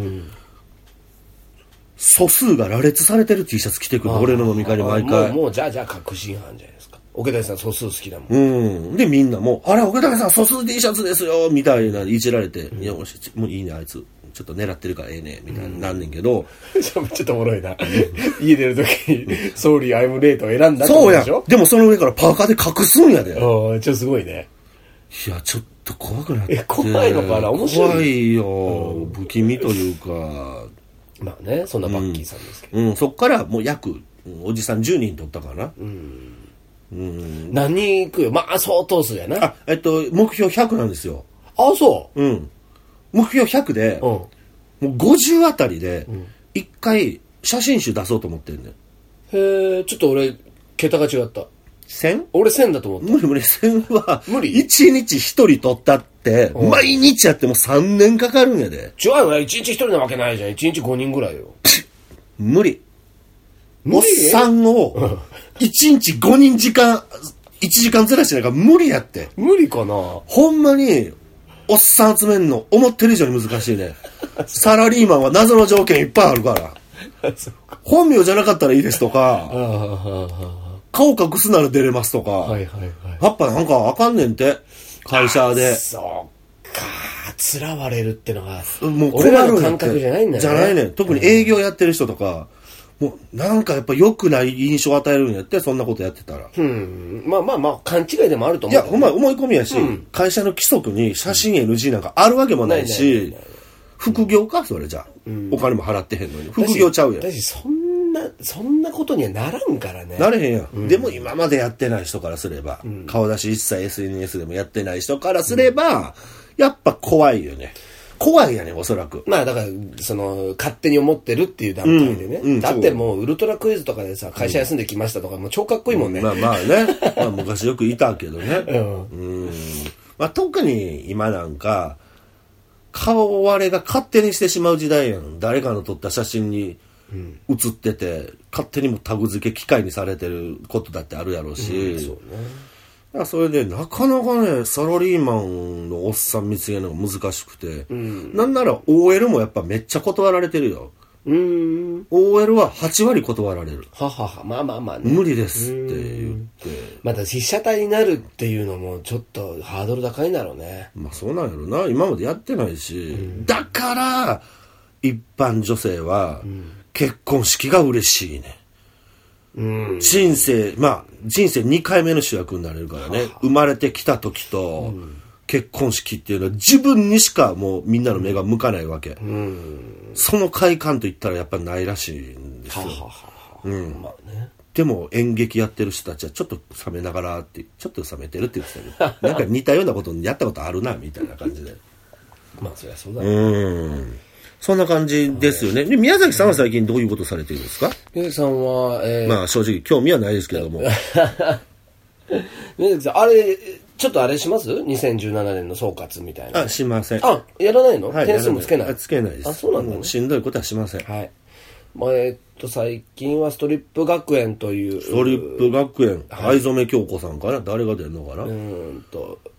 Speaker 1: 素数が羅列されてる T シャツ着てくる、俺の飲み会で毎
Speaker 2: もう、
Speaker 1: 回。
Speaker 2: もうじゃあじゃあ確信犯じゃないですか。桶谷さん素数好きだもん。
Speaker 1: うん。で、みんなもう、あれ、岡谷さん、素数 T シャツですよみたいな、いじられて、いや、もうしもういいね、あいつ。ちょっと狙ってるからええね、みたいになんねんけど、
Speaker 2: ちょっとおもろいな。 <laughs> 家出るときに、ソーリーアイムレートを選んだってこ
Speaker 1: そ
Speaker 2: と
Speaker 1: うやん
Speaker 2: でしょ
Speaker 1: でもその上からパーカーで隠すんやで。
Speaker 2: おーちょっとすごいね。
Speaker 1: いや、ちょっと怖くなって。
Speaker 2: え怖いのかな面白い
Speaker 1: 怖いよ。不気味というか。
Speaker 2: まあね、そんなバッキーさんですけど。
Speaker 1: うん、そっからもう約、うんおじさん10人取ったかな。
Speaker 2: 何人行くよ。まあ、相当数やな。あ
Speaker 1: あ、えっと、目標100なんですよ。
Speaker 2: あ、そ
Speaker 1: うん。目標100で、
Speaker 2: う。うん。
Speaker 1: もう50あたりで、一回写真集出そうと思ってんねん。
Speaker 2: へえ、ちょっと俺、桁が違った。
Speaker 1: 1000?
Speaker 2: 俺1000だと思っ
Speaker 1: 無理無理、1000は、
Speaker 2: 無理
Speaker 1: 1日1人取ったって、毎日やっても3年かかるんやで。
Speaker 2: た。違うよね。1日1人なわけないじゃん。1日5人ぐらいよ。
Speaker 1: 無理。
Speaker 2: 無
Speaker 1: おっさんを、1日5人時間、1時間ずらしてなんか無理やって。
Speaker 2: 無理かな
Speaker 1: ほんまに、おっさん集めんの、思ってる以上に難しい
Speaker 2: <laughs>
Speaker 1: ね。サラリーマンは謎の条件いっぱいあるから。
Speaker 2: <laughs> そうか。
Speaker 1: 本名じゃなかったらいいですと
Speaker 2: あ
Speaker 1: か、
Speaker 2: あ、は
Speaker 1: 顔隠すなら出れますとか、
Speaker 2: あ、はいはいはい。
Speaker 1: やっぱなんかあかんねんて、会社で。
Speaker 2: そうか。つらわれるってのが、
Speaker 1: もう困る
Speaker 2: 俺
Speaker 1: んや
Speaker 2: ら
Speaker 1: って
Speaker 2: の感覚じゃないんだよね。
Speaker 1: じゃないねん。特に営業やってる人とか、もうなんかやっぱ良くない印象を与えるんやって、そんなことやってたら。
Speaker 2: うん。まあまあまあ、勘違いでもあると
Speaker 1: い
Speaker 2: 思う。
Speaker 1: や、ほんま思い込みやし、会社の規則に写真 NG なんかあるわけもない
Speaker 2: ないない
Speaker 1: し
Speaker 2: ないない、
Speaker 1: 副業かそれじゃあ、お金も払ってへんのに。副業ちゃうやん
Speaker 2: だ。し、そんな、そんなことにはならんからね。
Speaker 1: なれへんやん、でも今までやってない人からすれば、顔出し一切 SNS でもやってない人からすれば、やっぱ怖いよね。怖いやね、おそらく。
Speaker 2: まあだから、その、勝手に思ってるっていう段階でね。
Speaker 1: うんうん
Speaker 2: だってもう、ウルトラクイズとかでさ、会社休んできましたとか、もう超かっこいいもんね。
Speaker 1: まあまあね。まあ昔よくいたけど
Speaker 2: <laughs> う
Speaker 1: ね。
Speaker 2: ん。
Speaker 1: うん。まあ特に今なんか、顔割れが勝手にしてしまう時代やん。誰かの撮った写真に写ってて、勝手にもタグ付け機械にされてることだってあるやろうし。だからそれで、なかなかね、サラリーマンのおっさん見つけるのが難しくて、なんなら OL もやっぱめっちゃ断られてるよ。
Speaker 2: うーん。
Speaker 1: OL は8割断られる。
Speaker 2: ははは、まあまあまあね。
Speaker 1: 無理ですって言って。
Speaker 2: また被写体になるっていうのも、ちょっとハードル高いんだろうね。
Speaker 1: まあそうなんやろな。今までやってないし。だから、一般女性は、結婚式が嬉しいね。
Speaker 2: うん。
Speaker 1: 人生、まあ、人生2回目の主役になれるからね。生まれてきた時と、結婚式っていうのは自分にしかもうみんなの目が向かないわけ。その快感と言ったらやっぱないらしいんです
Speaker 2: は
Speaker 1: よ。
Speaker 2: ははは。うん。まあね。
Speaker 1: でも演劇やってる人たちはちょっと冷めながらって、ちょっと冷めてるって言ってたけど、なんか似たようなことやったことあるな、みたいな感じで。
Speaker 2: まあ、そりゃそうだね。
Speaker 1: うん。そんな感じですよね。で、宮崎さんは最近どういうことされてるんですか
Speaker 2: ゆうさんは、えー、
Speaker 1: まあ正直興味はないですけども。
Speaker 2: 宮崎さん、あれ、ちょっとあれします ?2017 年の総括みたいな。
Speaker 1: あ、しません。
Speaker 2: あ、やらないの、
Speaker 1: はい
Speaker 2: 点数もつけ
Speaker 1: や
Speaker 2: な
Speaker 1: ら
Speaker 2: い
Speaker 1: あつけないです。
Speaker 2: あ、そうなんだ
Speaker 1: も
Speaker 2: ね。
Speaker 1: しんどいことはしません。
Speaker 2: はい。まあ、えーっと、最近はストリップ学園という。
Speaker 1: ドリップ学園、藍染京子さんかな誰が出るのかな、
Speaker 2: うーんと、えー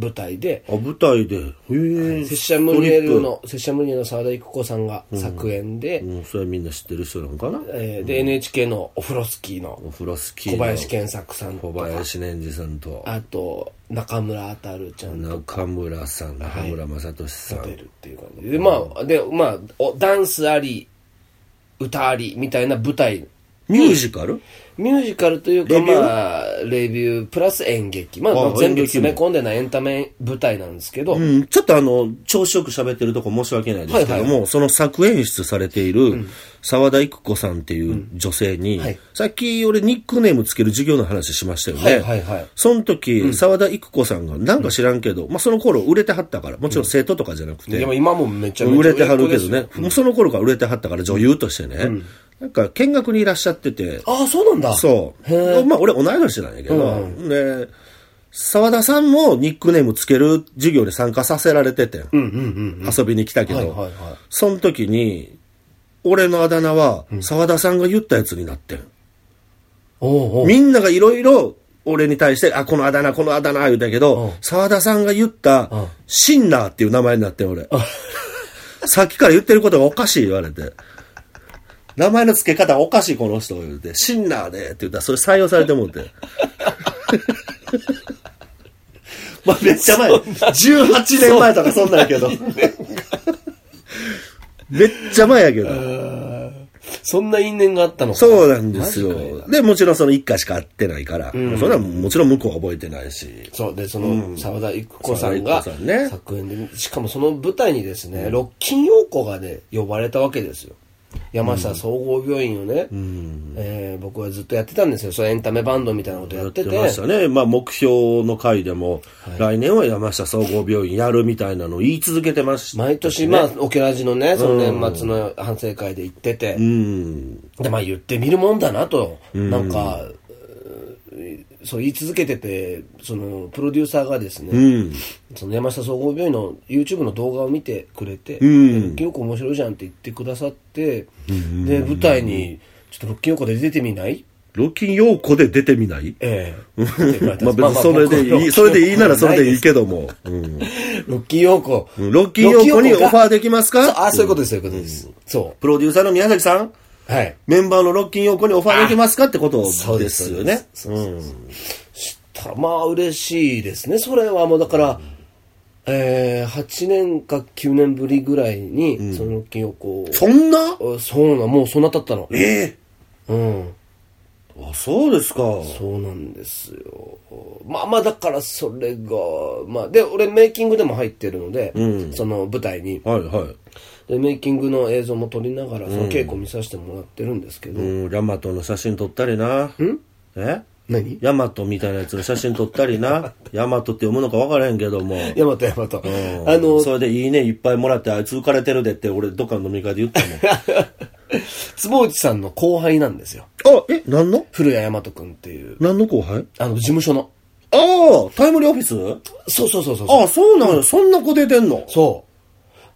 Speaker 2: 舞台で、
Speaker 1: あ、舞台で。へえ。
Speaker 2: 拙者ムニエルの、拙者ムニエルの沢田育子さんが作演で、
Speaker 1: もうんそれみんな知ってる人なんかな
Speaker 2: えーで、NHK のオフロスキーの
Speaker 1: お風呂好き。
Speaker 2: 小林。健作さんと
Speaker 1: 小
Speaker 2: か、
Speaker 1: 林念二さんと、
Speaker 2: あと、中村あたるちゃんと
Speaker 1: 中村さん、中村雅俊さん。
Speaker 2: 出るっていう感じで、まあ、で、まあ、おダンスあり、歌あり、みたいな舞台
Speaker 1: ミュージカル
Speaker 2: ミュージカルというか、
Speaker 1: レビュー
Speaker 2: まあ、レビュープラス演劇。まあ、
Speaker 1: あ
Speaker 2: もう全部
Speaker 1: 演劇
Speaker 2: 詰
Speaker 1: も
Speaker 2: め込んでないエンタメ舞台なんですけど、
Speaker 1: うん、ちょっとあの、調子よく喋ってるとこ申し訳ないですけども、
Speaker 2: はいはい
Speaker 1: その作演出されている、沢田育子さんっていう女性に、
Speaker 2: はい
Speaker 1: さっき俺ニックネームつける授業の話しましたよね。
Speaker 2: はいはいはい
Speaker 1: その時、沢田育子さんがなんか知らんけど、まあその頃売れてはったから、もちろん生徒とかじゃなくて、
Speaker 2: でも今もめちゃめちゃ
Speaker 1: 売れてはる
Speaker 2: 売
Speaker 1: け
Speaker 2: れっ子
Speaker 1: ど
Speaker 2: です
Speaker 1: ね、もうその頃から売れてはったから女優としてね、なんか見学にいらっしゃってて、
Speaker 2: ああ、そうなんだ。
Speaker 1: そう。まあ俺同い年なんやけど、で、沢田さんもニックネームつける授業に参加させられてて、遊びに来たけど、
Speaker 2: はいはいはい
Speaker 1: その時に、俺のあだ名は沢田さんが言ったやつになってん。
Speaker 2: おうおう
Speaker 1: みんながいろいろ俺に対して、あ、このあだ名、このあだ名言うたけど、沢田さんが言った、シンナーっていう名前になってん俺。 <laughs> さっきから言ってることがおかしい言われて。名前の付け方おかしいこの人言うて、シンナーでって言ったらそれ採用されてもうて。 <laughs> まあめっちゃ前、18年前とかそんなんやけど。 <laughs> めっちゃ前やけど。
Speaker 2: そんな因縁があったのか
Speaker 1: そうなんです
Speaker 2: マジか
Speaker 1: よ。で、もちろんその一回しか会ってないから、それはもちろん向こうは覚えてないし。
Speaker 2: そう。で、その、沢田育子さんが、
Speaker 1: 沢田育子さんね
Speaker 2: 作演で、しかもその舞台にですね、ロッキン陽子がね、呼ばれたわけですよ。山下総合病院をね、えー僕はずっとやってたんですよ。そのエンタメバンドみたいなことや
Speaker 1: や
Speaker 2: っ
Speaker 1: ってて
Speaker 2: て。
Speaker 1: ましたね。まあ目標の回でも、来年は山下総合病院やるみたいなのを言い続けてました。
Speaker 2: 毎年、まあ、オケラジのね、その年末の反省会で行ってて、
Speaker 1: うん。
Speaker 2: で、まあ言ってみるもんだなと、なんか、うんそう言い続けてて、その、プロデューサーがですね、
Speaker 1: うん。
Speaker 2: その山下総合病院の YouTube の動画を見てくれ
Speaker 1: ん
Speaker 2: て、でロッキンヨコ面白いじゃんって言ってくださって、で、舞台に、ちょっとロッキンヨコで出てみない
Speaker 1: ロッキン用子で出てみない
Speaker 2: ええ。
Speaker 1: <laughs> まあ別にそれでいい、それでいいならそれでいいけども。うん
Speaker 2: ど。ロッキンヨコ。
Speaker 1: ロッキン用子にオファーできます
Speaker 2: そう
Speaker 1: か
Speaker 2: あ、そういうことです、そういうことです。そ
Speaker 1: プロデューサーの宮崎さん
Speaker 2: う。はい。
Speaker 1: メンバーのロッキン用子にオファーできますかってこと
Speaker 2: そうで
Speaker 1: ですすよね。うん
Speaker 2: ただまあ嬉しいですね。それはもうだから、えー、8年か9年ぶりぐらいに、そのロッキンヨコ
Speaker 1: そんな
Speaker 2: を、そうな、もうそんな経ったの。
Speaker 1: ええ
Speaker 2: うん。
Speaker 1: あ、そうですか。
Speaker 2: そうなんですよ。まあまあだからそれが、まあで、俺メイキングでも入ってるので、その舞台に。
Speaker 1: はいはい。
Speaker 2: でメイキングの映像も撮りながらその稽古見させてもらってるんですけど、
Speaker 1: うん、ヤマトの写真撮ったりな。んえ
Speaker 2: 何
Speaker 1: ヤマトみたいなやつの写真撮ったり
Speaker 2: <laughs>
Speaker 1: な。ヤマトって読むのか分からへんけども。
Speaker 2: ヤマトヤマト
Speaker 1: うん
Speaker 2: あの
Speaker 1: それでいいねいっぱいもらって、あいつ浮かれてるでって、俺どっかの飲み会で言った
Speaker 2: 坪内さんの後輩なんですよ <laughs>
Speaker 1: もん。あ、え、何の
Speaker 2: 古谷大和君っていう
Speaker 1: 何の後輩
Speaker 2: あの事務所の
Speaker 1: ああ、タイムリーオフィス
Speaker 2: そうそうそうそう
Speaker 1: ああ、そうなのよ。そんな子出てんの。
Speaker 2: そう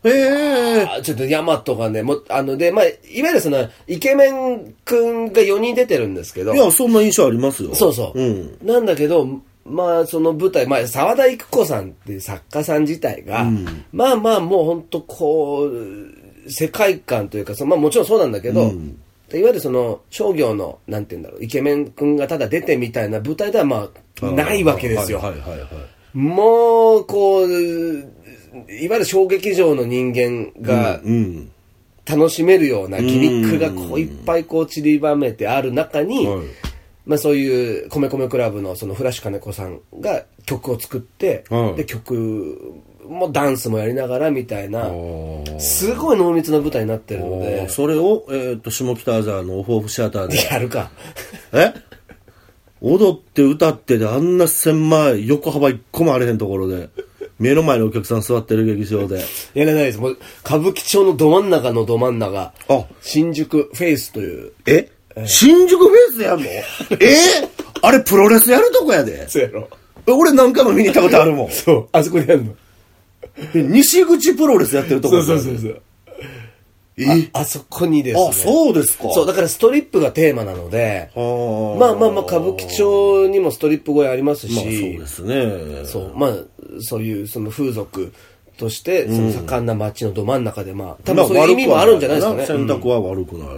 Speaker 1: へえ。
Speaker 2: あちょっとヤマトがね、もうあの、で、まあ、いわゆるその、イケメンくんが4人出てるんですけど
Speaker 1: い、や、そんな印象ありますよ。
Speaker 2: そうそう、
Speaker 1: うん。
Speaker 2: なんだけど、まあ、その舞台、まあ、沢田育子さんっていう作家さん自体が、まあまあ、もう本当こう、世界観というか、そのまあもちろんそうなんだけど、いわゆるその、商業の、なんて言うんだろう、イケメンくんがただ出てみたいな舞台では、まあ、ないわけですよ。
Speaker 1: はいはいはいはい。
Speaker 2: もう、こう、いわゆる小劇場の人間が、
Speaker 1: うん。
Speaker 2: 楽しめるようなギミックがこういっぱいこう散りばめてある中に、
Speaker 1: はい
Speaker 2: まあそういう米米クラブのそのフラッシュ金子さんが曲を作って、
Speaker 1: はい
Speaker 2: で曲もダンスもやりながらみたいな、
Speaker 1: あ
Speaker 2: すごい濃密な舞台になってるの
Speaker 1: あ。
Speaker 2: で、
Speaker 1: それを、えーっと、下北沢のオフオフシアターで。
Speaker 2: やるか。 <laughs>
Speaker 1: え踊って歌ってであんな狭い横幅一個もあれへんところで目の前のお客さん座ってる劇場で
Speaker 2: やらないです。もう歌舞伎町のど真ん中のど真ん中、
Speaker 1: あ
Speaker 2: 新宿フェイスという、
Speaker 1: え新宿フェイスやんの <laughs> えあれプロレスやるとこやで
Speaker 2: そうやろ。
Speaker 1: 俺何回も見に行ったことあるもん
Speaker 2: そう、あそこでやるの。
Speaker 1: で <laughs> 西口プロレスやってるとこ
Speaker 2: そう
Speaker 1: やで
Speaker 2: そうそうそう。
Speaker 1: え
Speaker 2: あそこにですね。
Speaker 1: あそうですか
Speaker 2: そう、だからストリップがテーマなので、
Speaker 1: は
Speaker 2: まあまあまあ、歌舞伎町にもストリップ声あります
Speaker 1: まあそう
Speaker 2: し、
Speaker 1: ですね
Speaker 2: そうまあ、そういうその風俗として、その盛んな街のど真ん中で、まあ、多分そういう意味もあるんじゃないですかね。
Speaker 1: 選択は悪くないわ、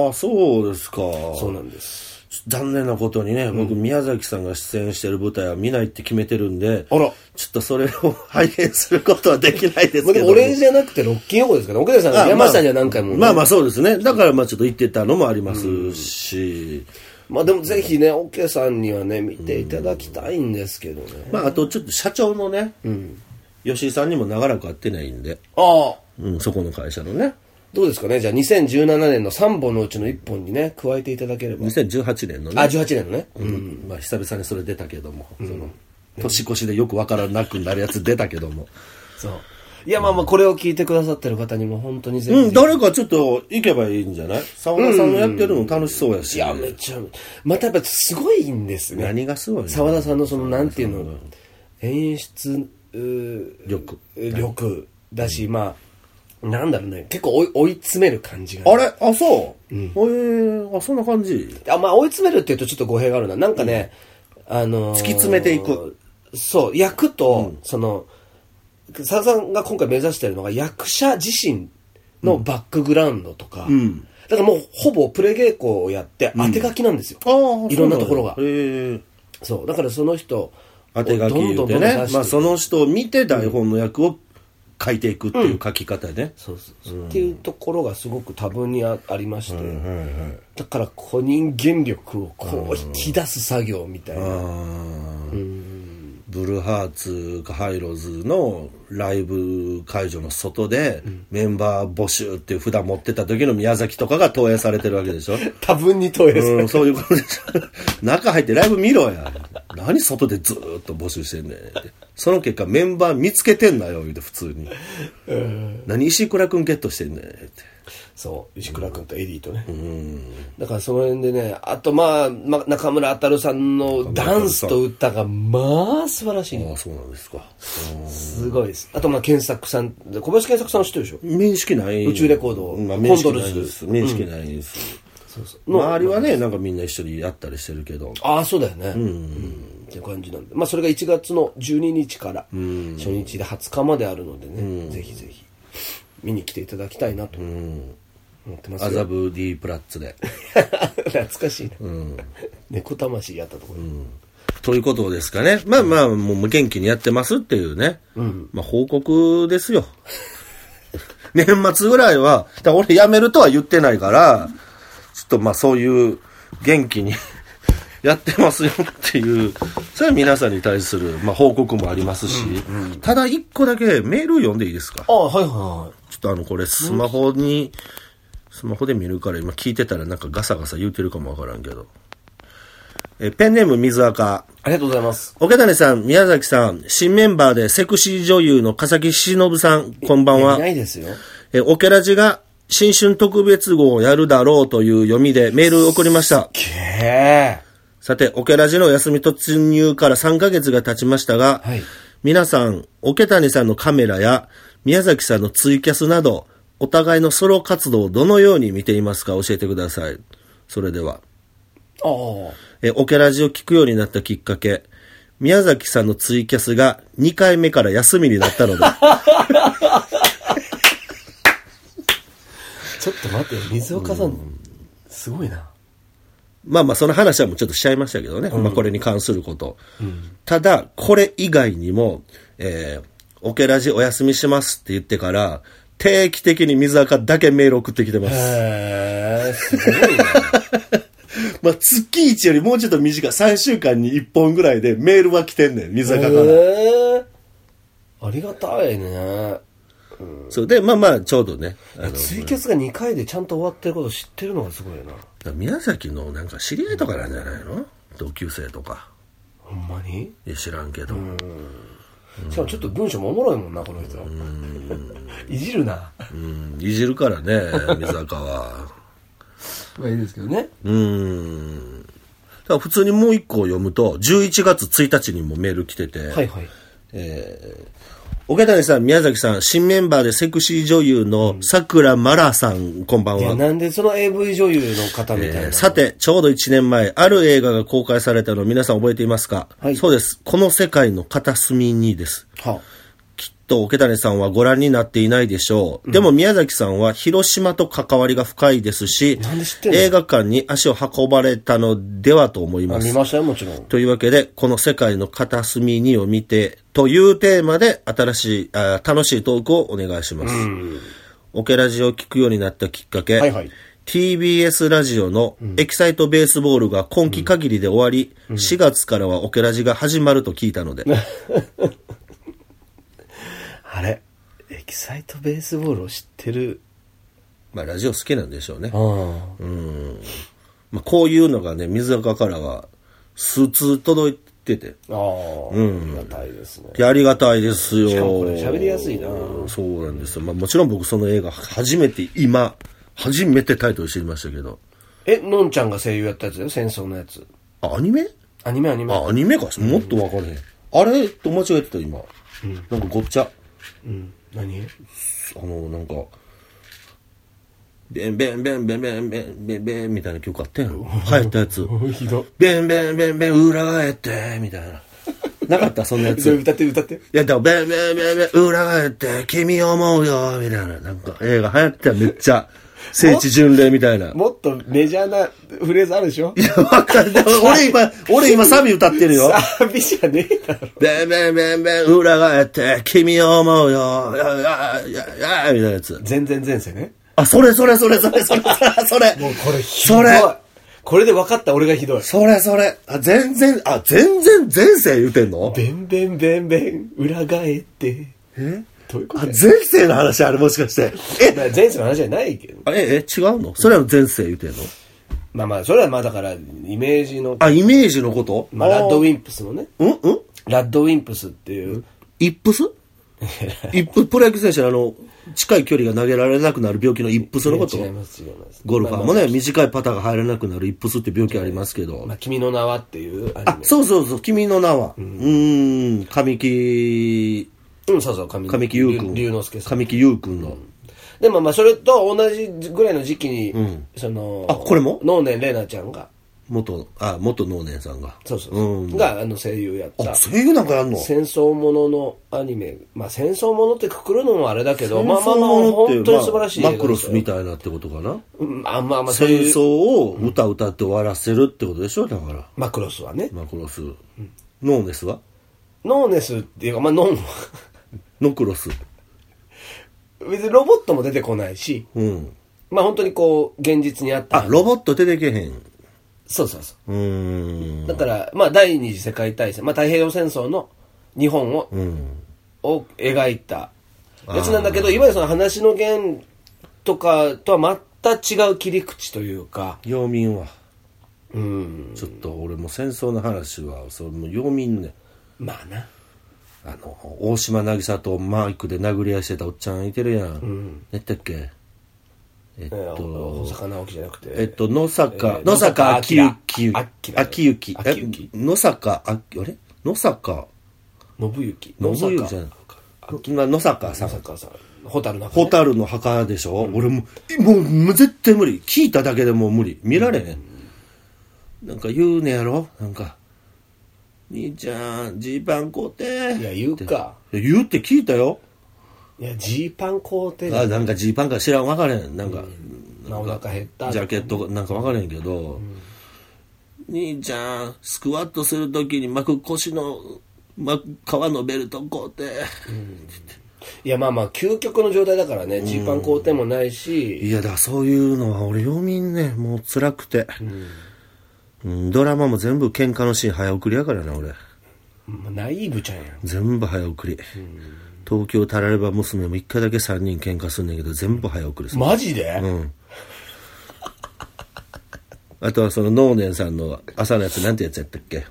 Speaker 1: はあそうですか
Speaker 2: そうなんです。
Speaker 1: 残念なことにね、僕、宮崎さんが出演してる舞台は見ないって決めてるんで、
Speaker 2: あら
Speaker 1: ちょっとそれを拝見することはできないです
Speaker 2: ま
Speaker 1: け
Speaker 2: あ、で
Speaker 1: ど
Speaker 2: も
Speaker 1: も。
Speaker 2: 俺じゃなくて、ロッキン横ですから、奥田さんが、
Speaker 1: あ
Speaker 2: 山下
Speaker 1: まあ
Speaker 2: には何回もね、
Speaker 1: まあまあそうですね。だからまあちょっと言ってたのもありますし、
Speaker 2: まあでもぜひね、オケさんにはね、見ていただきたいんですけどね。
Speaker 1: まああとちょっと社長のね、吉井さんにも長らく会ってないんで、
Speaker 2: ああ。
Speaker 1: うん、そこの会社のね、
Speaker 2: どうですかねじゃあ2017年の3本のうちの1本にね、加えていただければ。
Speaker 1: 2018年の
Speaker 2: あ、
Speaker 1: ね、
Speaker 2: 18年のね。
Speaker 1: うんまあ久々にそれ出たけども、その年越しでよくわからなくなるやつ出たけども。
Speaker 2: そう。いや、まあまあ、これを聞いてくださってる方にも本当にぜひ
Speaker 1: うん、誰かちょっと行けばいいんじゃない沢田さんのやってるの楽しそうやし。
Speaker 2: いや、めっちゃ、またやっぱすごいんですね。
Speaker 1: 何がすごいの
Speaker 2: 沢田さんのその、なんていうの、演出、う
Speaker 1: 力。
Speaker 2: 力だし、まあ、なんだろうね、結構追い追い詰める感じが。
Speaker 1: あれあ、そう、えー、あ、そんな感じ
Speaker 2: あ、まあ、追い詰めるっていうとちょっと語弊があるな。なんかね、あのー
Speaker 1: 突き詰めていく。
Speaker 2: そう、役と、その、沢田さんが今回目指してるのが役者自身のバックグラウンドとか、
Speaker 1: ん
Speaker 2: だからもうほぼプレ稽古をやって当て書きなんですよ。
Speaker 1: ああ
Speaker 2: いろんなところが
Speaker 1: そうなんだへえ
Speaker 2: そう、だからその人、
Speaker 1: 当て書き言
Speaker 2: ど
Speaker 1: うんて
Speaker 2: どんどんどん
Speaker 1: ね
Speaker 2: 出。して
Speaker 1: まあ、その人を見て台本の役を書いていくっていう書き方ね。
Speaker 2: そうそうそうっていうところがすごく多分にあありまして、だからこう人間力をこう引き出す作業みたいな、
Speaker 1: あーブルーハーツかハイローズのライブ会場の外でメンバー募集っていう札持ってた時の宮崎とかが投影されてるわけでしょ
Speaker 2: 多分に投影する、
Speaker 1: うん、そういうことでしょ。中入ってライブ見ろや。何外でずーっと募集してんねんって。その結果メンバー見つけてんなよ、言うて普通に。何石倉くんゲットしてんねんって。
Speaker 2: そう石倉君とエリーとね、だからその辺でねあとまあ、まあ、中村渉さんのダンスと歌がまあ素晴らしい
Speaker 1: ああ、そうなんですか。
Speaker 2: すごいですあとまあ健作さん小林健作さん知ってるでしょ
Speaker 1: 面識ない。
Speaker 2: 宇宙レコード
Speaker 1: まあ、面識
Speaker 2: コンド
Speaker 1: な
Speaker 2: ル
Speaker 1: い
Speaker 2: ズ
Speaker 1: です。面識ないです。
Speaker 2: そうそう
Speaker 1: 周りはね、なんかみんな一緒にやったりしてるけど。
Speaker 2: ああそうだよねうん、っていう感じなんでまあそれが1月の12日から初日で20日まであるのでね、ぜひぜひ見に来ていただきたいなと思ってます
Speaker 1: 麻
Speaker 2: よ、
Speaker 1: 布 D プラッツで。
Speaker 2: <laughs> 懐かしいな、猫魂やったところ、
Speaker 1: ということですかね。まあまあ、もう無元気にやってますっていうね。まあ、報告ですよ。 <laughs> 年末ぐらいは、だから俺辞めるとは言ってないから、ちょっとまあそういう元気に <laughs> やってますよっていう、それは皆さんに対する、まあ、報告もありますし、ただ一個だけメール読んでいいですか
Speaker 2: ああはいはいはい
Speaker 1: ょっとあの、これスマホに、スマホで見るから今聞いてたらなんかガサガサ言うてるかもわからんけど。え、ペンネーム水垢。
Speaker 2: ありがとうございます。
Speaker 1: 岡谷さん、宮崎さん、新メンバーでセクシー女優の笠木忍さん、こんばんは。
Speaker 2: いないですよ。
Speaker 1: え、オケラジが新春特別号をやるだろうという読みでメールを送りました。
Speaker 2: けえ。
Speaker 1: さて、オケラジの休み突入から3ヶ月が経ちましたが、
Speaker 2: はい
Speaker 1: 皆さん、オケ谷さんのカメラや宮崎さんのツイキャスなど、お互いのソロ活動をどのように見ていますか教えてください。それでは。
Speaker 2: ああ。
Speaker 1: え、オケラジを聞くようになったきっかけ、宮崎さんのツイキャスが2回目から休みになったので、 <laughs>
Speaker 2: ちょっと待って、水岡さん、すごいな。
Speaker 1: まあまあその話はもうちょっとしちゃいましたけどね、まあこれに関すること。ただ、これ以外にも、えー、オケラジお休みしますって言ってから、定期的に水垢だけメール送ってきてます。
Speaker 2: へえ、すご <laughs> いな。
Speaker 1: まあ月1よりもうちょっと短い、3週間に1本ぐらいでメールは来てんねん、水垢から。
Speaker 2: へえ。ありがたいね。
Speaker 1: そうで、まあまあちょうどね、あの
Speaker 2: ツイキャスが2回でちゃんと終わってること知ってるのがすごいよな。
Speaker 1: 宮崎のなんか知り合いとかなんじゃないの同級生とか。
Speaker 2: ほんまに
Speaker 1: いや知らんけど。
Speaker 2: しかもちょっと文章もおもろいもんな、この人。いじるな。
Speaker 1: うん、いじるからね、
Speaker 2: <laughs>
Speaker 1: 水垢は。
Speaker 2: まあいいですけどね。
Speaker 1: うーん。だから普通にもう一個読むと、11月1日にもメール来てて、
Speaker 2: はいはい。
Speaker 1: えー、岡谷さん、宮崎さん、新メンバーでセクシー女優の桜マラさん、こんばん
Speaker 2: いや、
Speaker 1: は。
Speaker 2: なんでその AV 女優の方みたいな。
Speaker 1: えーさて、ちょうど1年前、ある映画が公開されたのを皆さん覚えていますか、
Speaker 2: はい
Speaker 1: そうです。この世界の片隅にです。
Speaker 2: は
Speaker 1: きっと、桶谷さんはご覧になっていないでしょう。でも、宮崎さんは広島と関わりが深いですし
Speaker 2: なんで知っ、てんの
Speaker 1: 映画館に足を運ばれたのではと思い
Speaker 2: あ、
Speaker 1: ま
Speaker 2: 見
Speaker 1: す。
Speaker 2: ましたよ、もちろん。
Speaker 1: というわけで、この世界の片隅にを見て、というテーマで新しい、あー楽しいトークをお願いします。オケラジオを聞くようになったきっかけ、
Speaker 2: はいはい
Speaker 1: TBS ラジオのエキサイトベースボールが今季限りで終わり、4月からはオケラジが始まると聞いたので、
Speaker 2: あれ、エキサイトベースボールを知ってる。
Speaker 1: まあラジオ好きなんでしょうね。
Speaker 2: ああ。
Speaker 1: まあ、こういうのがね、水垢からは、数通届いてて、
Speaker 2: ああ。うん。ありがたいですね。
Speaker 1: いやありがたいですよ。
Speaker 2: しかもこれ喋りやすいな
Speaker 1: そうなんですよ。まあもちろん僕その映画初めて、今、初めてタイトル知りましたけど。
Speaker 2: え、のんちゃんが声優やったやつだよ、戦争のやつ。
Speaker 1: あ、アニメ
Speaker 2: アニメアニメ。
Speaker 1: あ、アニメか。もっとわかれへん。あれと間違えてた今。なんかごっちゃ。
Speaker 2: うん。何
Speaker 1: あの、なんか、ベンベンベンベンベンベンベンベンみたいな曲あったやん。流行ったやつ。
Speaker 2: <laughs> ひど。
Speaker 1: ベンベンベンベン裏返って、みたいな。なかったそん
Speaker 2: <laughs>
Speaker 1: なや
Speaker 2: そ
Speaker 1: つ
Speaker 2: れ。歌って歌って。
Speaker 1: いや、だから、べべべべ、裏返って、君を思うよ、みたいな。なんか、映画流行ってたよめっちゃ。聖地巡礼みたいな。
Speaker 2: もっとメジャーなフレーズあるでしょ
Speaker 1: いや、わかる。でも <laughs> 俺今、俺今サビ歌ってるよ。
Speaker 2: サビじゃねえだろ。
Speaker 1: べべべべ、裏返って、君を思うよ、ややややみたいなやつ。
Speaker 2: 全然前世ね。
Speaker 1: あ、それそれそれそれそれそれそれ。
Speaker 2: もうこれひど
Speaker 1: そ
Speaker 2: い。
Speaker 1: れ。
Speaker 2: これで分かった俺がひ <laughs> どい。
Speaker 1: それそれ。あ、全然、あ、全然前世言うてんの
Speaker 2: べんべんべんべん、裏返って。えどういうこ
Speaker 1: あ、
Speaker 2: とだよ
Speaker 1: 前世の話あるもしかして。え、
Speaker 2: まあ前世の話じゃないけど。
Speaker 1: あえ、え、違うのそれは前世言うてんの
Speaker 2: まあまあ、それはまあだから、イメージの、
Speaker 1: あ、イメージのこと
Speaker 2: まあ、ラッドウ
Speaker 1: ン。
Speaker 2: ィンプスのね、
Speaker 1: うんうん
Speaker 2: ラッドウィンプスっていう、
Speaker 1: イップス <laughs> イッププロ野球選手のあの、近い距離が投げられなくなる病気のイップスのこと
Speaker 2: いや違います、違います。
Speaker 1: ゴルファーもね、短いパターが入らなくなるイップスって病気ありますけど。
Speaker 2: まあ、君の名はっていうアニ
Speaker 1: あ、そうそうそう、君の名は。うーん、神木、
Speaker 2: メ。うん、そうそう、神
Speaker 1: 神木優君。
Speaker 2: 龍龍之介さん。
Speaker 1: 神木優君の。
Speaker 2: でもまあ、それと同じぐらいの時期に、その、
Speaker 1: あこれも
Speaker 2: 能年玲奈ちゃんが、
Speaker 1: 元、あ、元能年さんが。
Speaker 2: そうそうそう、
Speaker 1: ん。
Speaker 2: が、あの、声優やっ
Speaker 1: あ、
Speaker 2: た。
Speaker 1: そういうなんかやんの
Speaker 2: 戦争もののアニメ、まあ戦争ものってくくるのもあれだけど、まあま
Speaker 1: 戦
Speaker 2: あまあ、
Speaker 1: 争もの
Speaker 2: 本
Speaker 1: って
Speaker 2: 当に素晴らしい映画
Speaker 1: ま
Speaker 2: で
Speaker 1: あマ
Speaker 2: すよ。
Speaker 1: クロスみたいなってことかな。
Speaker 2: うんあまあまあ、そう
Speaker 1: 戦
Speaker 2: いう
Speaker 1: 争を歌歌って終わらせるってことでしょだから。
Speaker 2: マクロスはね。
Speaker 1: マクロス。ノーネスは
Speaker 2: ノーネスっていうか、まあ、ノン、
Speaker 1: ノクロス。
Speaker 2: 別にロボットも出てこないし、
Speaker 1: うん。
Speaker 2: まあ本当にこう、現実にあった。
Speaker 1: あ、ロボット出てけへん。う
Speaker 2: そうそうそ
Speaker 1: ー
Speaker 2: う。
Speaker 1: ん。
Speaker 2: だから、まあ第二次世界大戦、まあ太平洋戦争の日本を、
Speaker 1: うん。
Speaker 2: を描いたやつなんだけど、いわゆるその話の源とかとはまた違う切り口というか、
Speaker 1: 陽民は
Speaker 2: うん。
Speaker 1: ちょっと俺も戦争の話はそれもう陽民ね
Speaker 2: まあな。
Speaker 1: あの大島渚とマイクで殴り合いしてたおっちゃんいてるやん、何やったっけえっ
Speaker 2: えー
Speaker 1: と
Speaker 2: お魚直樹じゃなくて。
Speaker 1: えっと、野坂
Speaker 2: え、ー
Speaker 1: 野坂
Speaker 2: 野
Speaker 1: 昭
Speaker 2: 坂
Speaker 1: 之、
Speaker 2: 昭
Speaker 1: 昭之、え
Speaker 2: 昭之
Speaker 1: 野坂、あ、あれ野坂、
Speaker 2: 信行。
Speaker 1: 信之じゃない今野坂さ
Speaker 2: 野
Speaker 1: ん。
Speaker 2: 坂さん。ホタルな
Speaker 1: ホタルの墓でしょ、俺もう、もう、もう絶対無理。聞いただけでもう無理。見られへん。なんか言うねやろなんか、兄ちゃん、ジーパン買うて。
Speaker 2: いや、言うか。
Speaker 1: いや言うって聞いたよ。
Speaker 2: いや、ジーパン買うて
Speaker 1: あ、なんかジーパンか知らん、わかれん。なんか、
Speaker 2: まあお腹減った。
Speaker 1: ジャケットなんか分からへんけど、兄ちゃんスクワットするときに巻く腰の、ま、革のベルトこうて、
Speaker 2: いや、まあまあ、究極の状態だからね、ジーパン買うてもないし、
Speaker 1: いやだそういうのは俺読みんねもう辛くて、うんドラマも全部喧嘩のシーン早送りやからな俺
Speaker 2: まあナイーブちゃんやん。
Speaker 1: 全部早送り、東京タラレバ娘も一回だけ3人喧嘩すんねんけど全部早送りする、
Speaker 2: マジで
Speaker 1: うんあとはその能年さんの朝のやつなんてやつやったっけ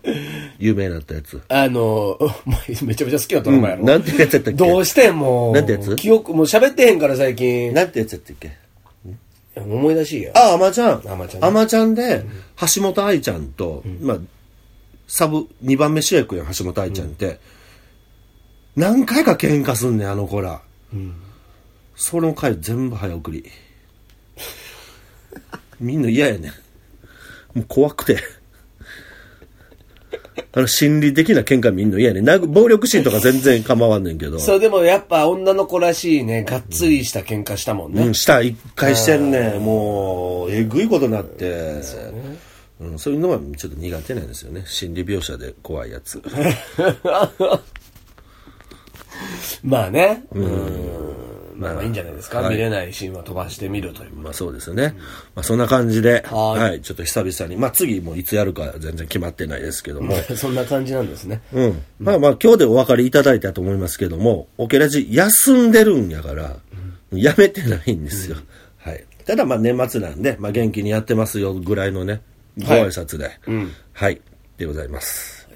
Speaker 1: 有名だったやつ
Speaker 2: あの、 <laughs> まあめちゃめちゃ好きなドラマやろ。
Speaker 1: なんてやつやったっけ
Speaker 2: どうしてんもう。
Speaker 1: なんてやつ
Speaker 2: 記憶、もう喋ってへんから最近。
Speaker 1: なんてやつやったっけ
Speaker 2: 思い出しいよ。
Speaker 1: あ、アマちゃん。
Speaker 2: アマちゃん
Speaker 1: アマちゃんで、橋本愛ちゃんと、まあ、サブ、2番目主役やん、橋本愛ちゃんって。何回か喧嘩すんねん、あの子ら。その回全部早送り。みんな嫌やねん。もう怖くて。あの、心理的な喧嘩みんな嫌やねん。な暴力シーンとか全然構わんねんけど。
Speaker 2: そう、でもやっぱ女の子らしいね、がっつりした喧嘩したもんね。
Speaker 1: うん、した一回してんねもうえぐいことになってそう,、ん、そういうのはちょっと苦手なんですよね心理描写で怖いやつ <laughs>
Speaker 2: まあね。うん。まあまあいいんじゃないですか。
Speaker 1: はい
Speaker 2: 見れないシーンは飛ばしてみるという。
Speaker 1: まあそうですよね、まあ、そんな感じでは、
Speaker 2: はいい
Speaker 1: ちょっと久々にまあ次もいつやるか全然決まってないですけども、
Speaker 2: <laughs> そんな感じなんですね。
Speaker 1: うん、まあまあ今日でお分かりいただいたと思いますけどもオケラジ休んでるんやから、やめてないんですよ、はい、ただまあ年末なんで、まあ、元気にやってますよぐらいのねご挨拶で、はいでございます、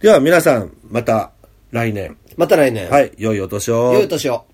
Speaker 1: では皆さんまた来年
Speaker 2: また来年。
Speaker 1: はい良いお年を
Speaker 2: 良いお年を。